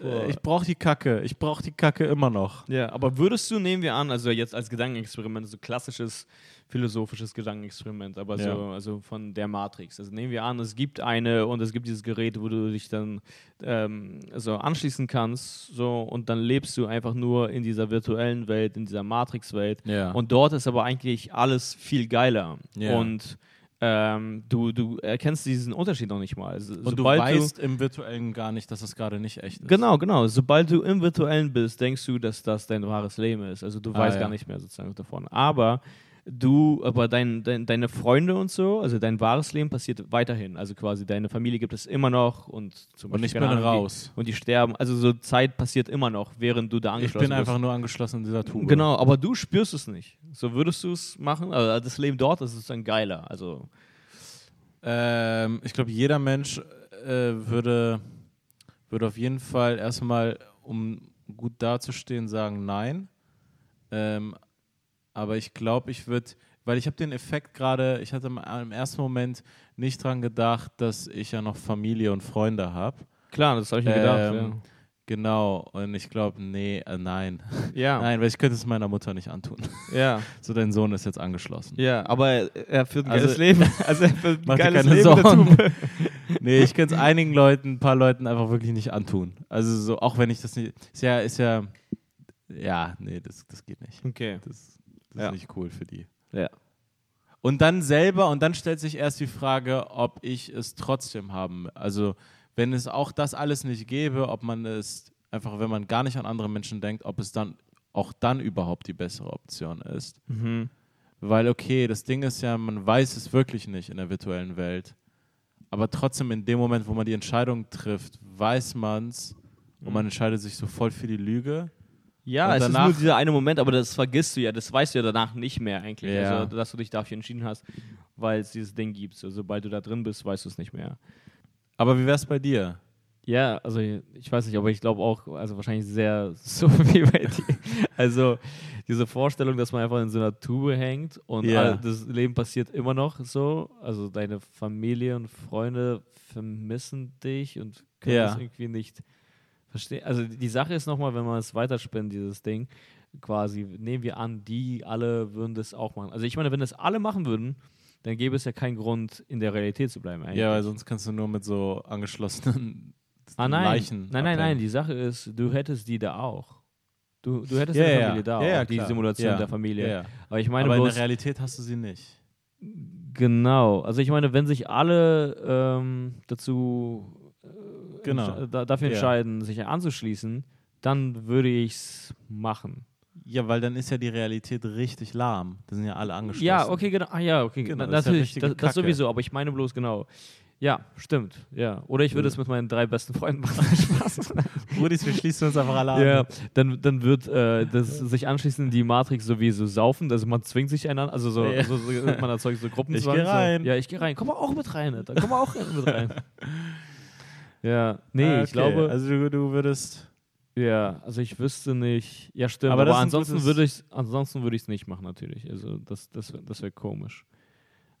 Boah. ich brauche die Kacke. Ich brauche die Kacke immer noch. Ja, aber würdest du, nehmen wir an, also jetzt als Gedankenexperiment, so klassisches philosophisches Gedankenexperiment, aber so Ja. also von der Matrix. Also nehmen wir an, es gibt eine und es gibt dieses Gerät, wo du dich dann ähm, so anschließen kannst, so und dann lebst du einfach nur in dieser virtuellen Welt, in dieser Matrix-Welt. Ja. Und dort ist aber eigentlich alles viel geiler. Ja. Und ähm, du, du erkennst diesen Unterschied noch nicht mal. So, Und du sobald weißt im Virtuellen gar nicht, dass das gerade nicht echt ist. Genau, genau. Sobald du im Virtuellen bist, denkst du, dass das dein wahres Leben ist. Also du Ah, weißt ja. gar nicht mehr sozusagen davon. Aber du, aber dein, dein, deine Freunde und so, also dein wahres Leben passiert weiterhin. Also quasi deine Familie gibt es immer noch und zum Und Beispiel, ich keine bin Ahnung, die- raus. Und die sterben. Also so Zeit passiert immer noch, während du da Ich angeschlossen bin bist. einfach nur angeschlossen in dieser Tube. Genau, aber du spürst es nicht. So würdest du es machen. Also das Leben dort ist sozusagen geiler. Also Ähm, ich glaube, jeder Mensch äh, würde, würde auf jeden Fall erstmal, um gut dazustehen, sagen Nein. Ähm, aber ich glaube, ich würde, Weil ich habe den Effekt gerade, ich hatte im, im ersten Moment nicht dran gedacht, dass ich ja noch Familie und Freunde habe. Klar, das habe ich mir gedacht. Ähm, ja. Genau, und ich glaube, nee, äh, nein. Ja. Nein, weil ich könnte es meiner Mutter nicht antun. Ja, So, dein Sohn ist jetzt angeschlossen. ja, aber er führt ein Also- geiles Leben. Also er führt ein Mach dir geiles keine Leben Sorgen. dazu. Nee, ich kann es einigen Leuten, ein paar Leuten einfach wirklich nicht antun. Also so, auch wenn ich das nicht. Ist ja, ist ja. Ja, nee, das, das geht nicht. Okay. Das, das Ja. ist nicht cool für die. Ja. Und dann selber, und dann stellt sich erst die Frage, ob ich es trotzdem haben. Also, wenn es auch das alles nicht gäbe, ob man es einfach, wenn man gar nicht an andere Menschen denkt, ob es dann auch dann überhaupt die bessere Option ist. Mhm. Weil, okay, das Ding ist ja, man weiß es wirklich nicht in der virtuellen Welt. Aber trotzdem, in dem Moment, wo man die Entscheidung trifft, weiß man es und Mhm. man entscheidet sich so voll für die Lüge. Ja, Und es danach- ist nur dieser eine Moment, aber das vergisst du ja, das weißt du ja danach nicht mehr eigentlich, Ja. also, dass du dich dafür entschieden hast, weil es dieses Ding gibt. So, sobald du da drin bist, weißt du es nicht mehr. Aber wie wäre es bei dir? Ja, also ich weiß nicht, aber ich glaube auch, also wahrscheinlich sehr so wie bei dir. Also diese Vorstellung, dass man einfach in so einer Tube hängt und Ja. all, das Leben passiert immer noch so. Also deine Familie und Freunde vermissen dich und können Ja. das irgendwie nicht verstehen. Also die Sache ist nochmal, wenn man es weiterspinnt, dieses Ding, quasi, nehmen wir an, die alle würden das auch machen. Also ich meine, wenn das alle machen würden, dann gäbe es ja keinen Grund, in der Realität zu bleiben eigentlich. Ja, weil sonst kannst du nur mit so angeschlossenen Ah, nein. Leichen. Nein, nein, nein. abhängen. Die Sache ist, du hättest die da auch. Du, du hättest Ja, deine ja, Familie da ja, ja, auch, die klar. Simulation Ja, der Familie. Ja. Aber ich meine Aber in der bloß, Realität hast du sie nicht. genau. Also ich meine, wenn sich alle ähm, dazu äh, Genau. entsch- da, dafür Ja. entscheiden, sich anzuschließen, dann würde ich es machen. Ja, weil dann ist ja die Realität richtig lahm. Da sind ja alle angeschlossen. Ja, okay, genau. Ah ja, okay, ne? Genau, na, das ist ja natürlich, richtige das, das Kacke. sowieso, aber ich meine bloß genau. Ja, stimmt. Ja, oder ich würde Ja. es mit meinen drei besten Freunden machen. Spaß. Brudis, wir schließen uns einfach alle an. Ja, dann, dann wird äh, das sich anschließend die Matrix sowieso saufen, also man zwingt sich einander, also so, Ja. so, so man erzeugt so Gruppenzwang. Ich geh rein. So. Ja, ich geh rein. Komm mal auch mit rein, Alter. Komm mal auch mit rein. ja, nee, Ah, ich okay. glaube, Also, du, du würdest. ja, also ich wüsste nicht. Ja, stimmt, Aber aber, das ist ein ansonsten gutes- würde ich ansonsten würde ich es nicht machen natürlich. Also das das wär- das wäre komisch.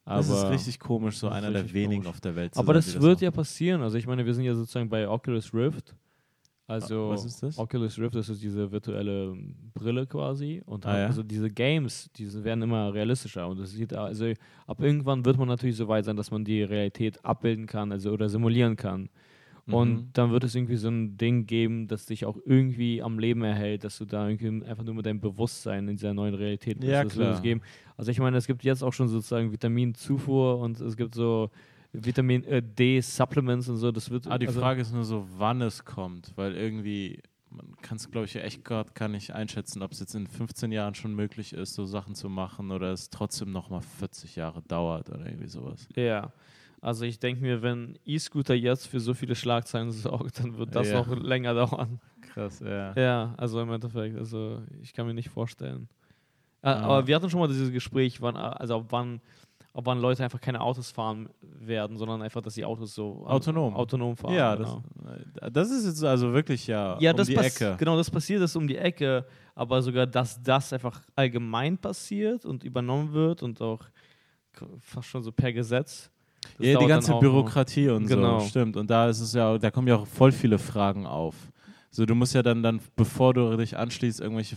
Aber das ist richtig komisch, so das ist einer der richtig wenigen komisch. auf der Welt zu aber sein, das die wird machen. ja passieren. Also ich meine, wir sind ja sozusagen bei Oculus Rift. Also Ah, Was ist das? Oculus Rift, das ist diese virtuelle ähm, Brille quasi. Und Ah, halt- ja. also diese Games, diese werden immer realistischer. Und das sieht also ab irgendwann wird man natürlich so weit sein, dass man die Realität abbilden kann, also oder simulieren kann. Mhm. Und dann wird es irgendwie so ein Ding geben, das dich auch irgendwie am Leben erhält, dass du da irgendwie einfach nur mit deinem Bewusstsein in dieser neuen Realität bist. Ja, das wird klar. es geben. Also ich meine, es gibt jetzt auch schon sozusagen Vitaminzufuhr und es gibt so Vitamin äh, D Supplements und so. Das wird Ah, die also, Frage ist nur so, wann es kommt, weil irgendwie, man kann es, glaube ich, echt gerade gar nicht einschätzen, ob es jetzt in 15 Jahren schon möglich ist, so Sachen zu machen oder es trotzdem nochmal 40 Jahre dauert oder irgendwie sowas. Ja. Also ich denke mir, wenn E-Scooter jetzt für so viele Schlagzeilen sorgt, dann wird das Ja. noch länger dauern. Krass, ja. Ja, also im Endeffekt, also ich kann mir nicht vorstellen. Äh, Ja. Aber wir hatten schon mal dieses Gespräch, wann, also ob wann, ob wann Leute einfach keine Autos fahren werden, sondern einfach, dass die Autos so an- Autonom. autonom fahren. Ja, das, genau. äh, das ist jetzt also wirklich ja, ja um das die pass- Ecke. Genau, das passiert ist um die Ecke, aber sogar, dass das einfach allgemein passiert und übernommen wird und auch k- fast schon so per Gesetz. das ja, die dauert dann ganze auch noch. Bürokratie und Genau. so, stimmt. Und da ist es ja, da kommen ja auch voll viele Fragen auf. So, du musst ja dann, dann bevor du dich anschließt, irgendwelche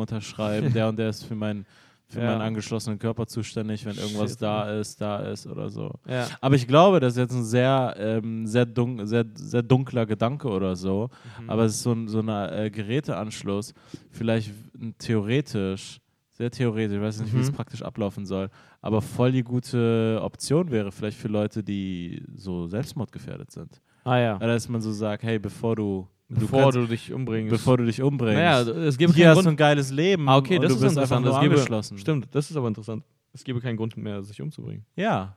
unterschreiben. der und der ist für meinen für Ja. meinen angeschlossenen Körper zuständig, wenn irgendwas Shit, da ist, da ist oder so. Ja. Aber ich glaube, das ist jetzt ein sehr, ähm, sehr, dun sehr, sehr dunkler Gedanke oder so. Mhm. Aber es ist so ein, so ein äh, Geräteanschluss, vielleicht w- theoretisch, sehr theoretisch, ich weiß nicht, wie es Mhm. praktisch ablaufen soll, aber voll die gute Option wäre, vielleicht für Leute, die so selbstmordgefährdet sind. Ah ja. Ja, dass man so sagt, hey, bevor du, du, bevor kannst, du dich umbringst. bevor du dich umbringst, naja, es gibt hier keinen hast Grund. du ein geiles Leben Ah, okay, und das du ist bist einfach interessant. nur das gäbe- angeschlossen. Stimmt, das ist aber interessant. Es gäbe keinen Grund mehr, sich umzubringen. Ja,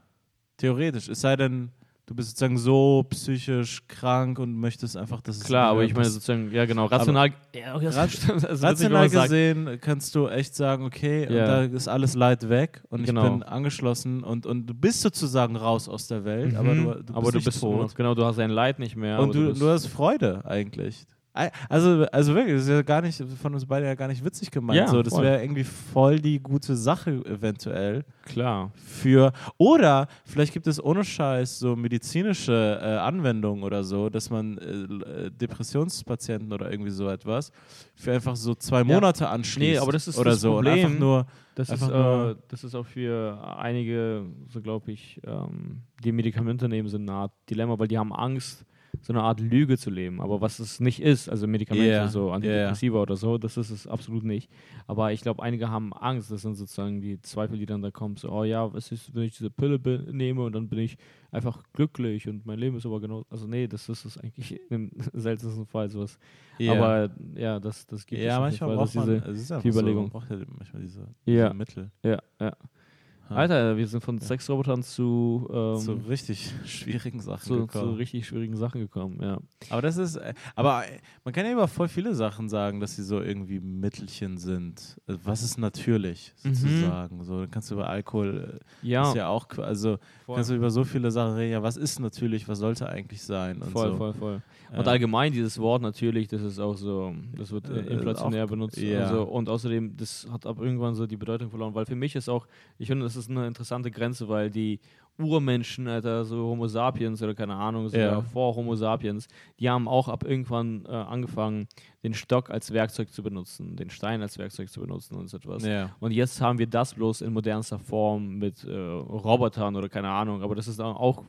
theoretisch. Es sei denn, du bist sozusagen so psychisch krank und möchtest einfach, dass es Klar, nie aber wieder ich meine passiert. sozusagen, ja genau, rational. ja, okay, das Rat- stimmt, das ist witzig, wenn man Rational sagt. gesehen kannst du echt sagen, okay, Ja. und da ist alles Leid weg und Genau. ich bin angeschlossen und, und du bist sozusagen raus aus der Welt, Mhm. aber du, du bist, Mhm. aber du nicht bist tot. Genau, du hast dein Leid nicht mehr. aber und du, bist- du hast Freude eigentlich. Also, also wirklich, das ist ja gar nicht von uns beiden ja gar nicht witzig gemeint. Ja, so, das voll. wäre irgendwie voll die gute Sache eventuell Klar. für oder vielleicht gibt es ohne Scheiß so medizinische äh, Anwendungen oder so, dass man äh, äh, Depressionspatienten oder irgendwie so etwas für einfach so zwei Monate anschließt Nee, aber das ist oder das so und einfach Problem. nur Das ist, Einfach nur- äh, das ist auch für einige, so glaube ich, ähm, die Medikamente nehmen, so eine Art Dilemma, weil die haben Angst, so eine Art Lüge zu leben. Aber was es nicht ist, also Medikamente, Yeah, so yeah. Antidepressiva oder so, das ist es absolut nicht. Aber ich glaube, einige haben Angst. Das sind sozusagen die Zweifel, die dann da kommen. So, oh ja, was ist, wenn ich diese Pille be- nehme und dann bin ich einfach glücklich und mein Leben ist aber genau. Also, nee, das ist es eigentlich im seltensten Fall sowas. Aber ja, das, das gibt es ja, auf jeden manchmal Fall, dass braucht man diese- also es ist einfach die Überlegung. So, man braucht ja manchmal diese, Ja. diese Mittel. Ja, ja. Ja. Alter, wir sind von Sexrobotern zu, ähm, zu zu, richtig schwierigen Sachen zu, gekommen. richtig schwierigen Sachen gekommen, ja. Aber das ist, äh, aber äh, man kann ja über voll viele Sachen sagen, dass sie so irgendwie Mittelchen sind. Also Was ist natürlich Mhm. sozusagen? So, dann kannst du über Alkohol, äh, Ja, ist ja auch, qu- also voll, kannst du über so viele Sachen reden. Ja, was ist natürlich, was sollte eigentlich sein? Und voll, so. Äh. voll, voll. Ja. Und allgemein dieses Wort natürlich, das ist auch so, das wird äh, Äh, inflationär benutzt. ja. Also, und außerdem, das hat ab irgendwann so die Bedeutung verloren, weil für mich ist auch, ich finde, das ist eine interessante Grenze, weil die Urmenschen, Alter, so Homo sapiens oder keine Ahnung, so Ja. vor Homo sapiens, die haben auch ab irgendwann äh, angefangen, den Stock als Werkzeug zu benutzen, den Stein als Werkzeug zu benutzen und so etwas. Ja. Und jetzt haben wir das bloß in modernster Form mit äh, Robotern oder keine Ahnung. Aber das ist dann auch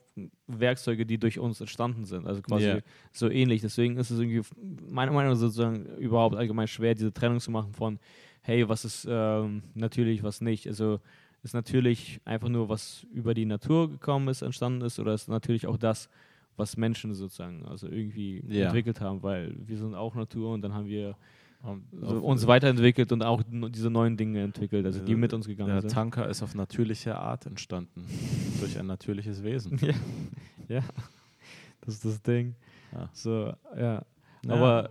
Werkzeuge, die durch uns entstanden sind. Also quasi Ja. so ähnlich. Deswegen ist es irgendwie, f- meiner Meinung nach, sozusagen überhaupt allgemein schwer, diese Trennung zu machen von, hey, was ist ähm, natürlich, was nicht. Also ist natürlich einfach nur, was über die Natur gekommen ist, entstanden ist, oder ist natürlich auch das, was Menschen sozusagen also irgendwie Ja. entwickelt haben, weil wir sind auch Natur und dann haben wir Und so auf- uns weiterentwickelt und auch n- diese neuen Dinge entwickelt, also die äh, mit uns gegangen Der sind. Tanker ist auf natürliche Art entstanden. durch ein natürliches Wesen. ja. ja, das ist das Ding. Ja. So, ja. Ja. Aber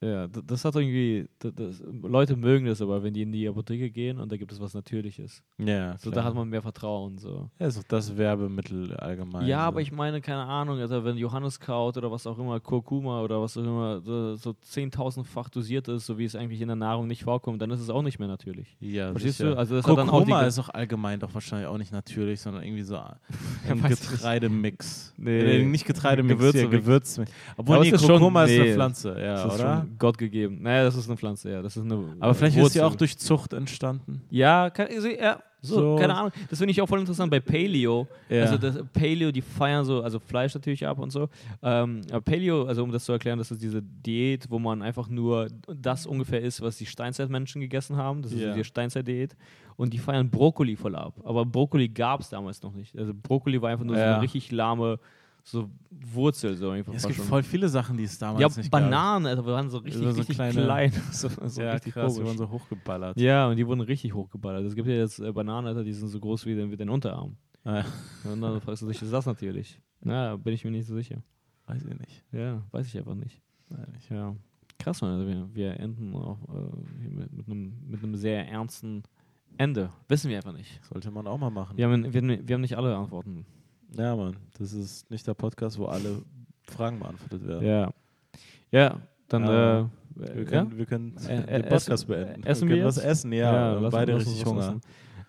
ja, d- das hat irgendwie, d- das, Leute mögen das aber, wenn die in die Apotheke gehen und da gibt es was Natürliches. Ja, So, da klar. hat man mehr Vertrauen. So. ja, ist auch das Werbemittel allgemein. Ja, so. aber ich meine, keine Ahnung, also wenn Johanniskraut oder was auch immer, Kurkuma oder was auch immer, so so zehntausendfach dosiert ist, so wie es eigentlich in der Nahrung nicht vorkommt, dann ist es auch nicht mehr natürlich. Ja, Verstehst sicher. du? Also das hat dann Kurkuma auch die ist auch allgemein doch wahrscheinlich auch nicht natürlich, sondern irgendwie so ein weiß nicht. Getreidemix. Nee. Äh, nicht Getreidemix, Gewürze, Gewürzmix. Gewürzmix. Obwohl, Aber nee, es ist schon- Kurkuma ist nee. eine Pflanze, ja, das ist oder? schon Gott gegeben. Naja, das ist eine Pflanze, ja. Das ist eine Aber vielleicht ist sie Wurzel. auch durch Zucht entstanden. Ja, kann, also, ja so, So. keine Ahnung. Das finde ich auch voll interessant bei Paleo. Ja. Also das Paleo, die feiern so, also Fleisch natürlich ab und so. Ähm, aber Paleo, also um das zu erklären, das ist diese Diät, wo man einfach nur das ungefähr isst, was die Steinzeitmenschen gegessen haben. Das ist Ja. so die Steinzeitdiät. Und die feiern Brokkoli voll ab. Aber Brokkoli gab es damals noch nicht. Also Brokkoli war einfach nur so Ja. eine richtig lahme so Wurzel. So einfach Es fast gibt schon. voll viele Sachen, die es damals ja, nicht Bananen, also wir waren so richtig, so richtig kleine- klein. So, gab. so Ja, richtig krass, die komisch. wurden so hochgeballert. Ja, und die wurden richtig hochgeballert. Es gibt ja jetzt äh, Bananen, Alter, die sind so groß wie dein, wie dein Unterarm. Äh, Und dann fragst du dich, ist das natürlich? Na, bin ich mir nicht so sicher. weiß ich nicht. Ja, weiß ich einfach nicht. Nein, ich- Ja. Krass, Mann, also wir, wir enden auch äh, hier mit, mit, einem, mit einem sehr ernsten Ende. Wissen wir einfach nicht. Sollte man auch mal machen. Wir haben, wir, wir haben nicht alle Antworten. ja, Mann. Das ist nicht der Podcast, wo alle Fragen beantwortet werden. Ja. Ja, dann. Ja. äh, äh, Wir ja? können, wir können Ä- den äh, Podcast essen- beenden. äh, essen wir können wir was jetzt? essen, ja. lass ja uns- beide lass uns richtig was Hunger. essen.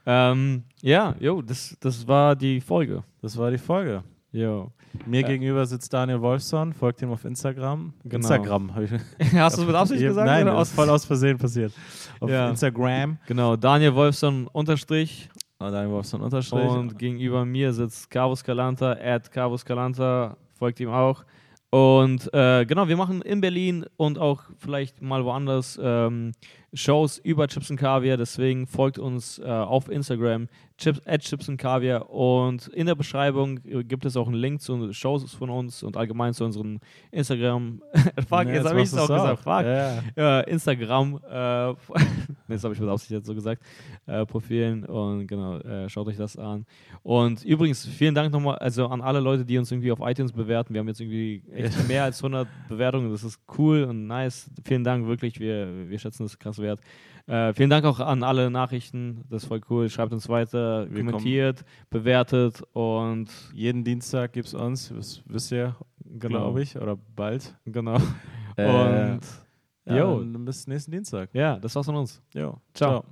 Ähm, ja, jo, das, das war die Folge. Das war die Folge. Jo. Mir Ja. gegenüber sitzt Daniel Wolfson, folgt ihm auf Instagram. Genau. Instagram habe ich Hast du es mit Absicht Eben- gesagt? Nein, oder das ist voll aus Versehen passiert. Auf Ja. Instagram. Genau, Daniel Wolfson unterstrich Und Daniel Wolfson unterstrich. und gegenüber mir sitzt Carvus Calanta, at Carvus Calanta, folgt ihm auch. Und äh, genau, wir machen in Berlin und auch vielleicht mal woanders ähm, Shows über Chips und Kaviar, deswegen folgt uns äh, auf Instagram, chips, at Chips und Kaviar und in der Beschreibung äh, gibt es auch einen Link zu Shows von uns und allgemein zu unseren Instagram, fuck, Ja, jetzt habe ich es machst auch du's gesagt, fuck, Ja. äh, Instagram, äh, nee, das habe ich mit Absicht jetzt so gesagt, äh, Profilen und genau, äh, schaut euch das an. Und übrigens, vielen Dank nochmal also an alle Leute, die uns irgendwie auf iTunes bewerten. Wir haben jetzt irgendwie echt mehr als 100 Bewertungen, das ist cool und nice. Vielen Dank, wirklich, wir, wir schätzen das krass wert. Äh, vielen Dank auch an alle Nachrichten, das ist voll cool. Schreibt uns weiter, Wir kommen- kommentiert, bewertet und Jeden Dienstag gibt es uns, das wisst ihr, genau, glaube ich, oder bald. Genau. Äh, Und ja, jo. dann bis nächsten Dienstag. Ja, das war's von uns. Jo. Ciao.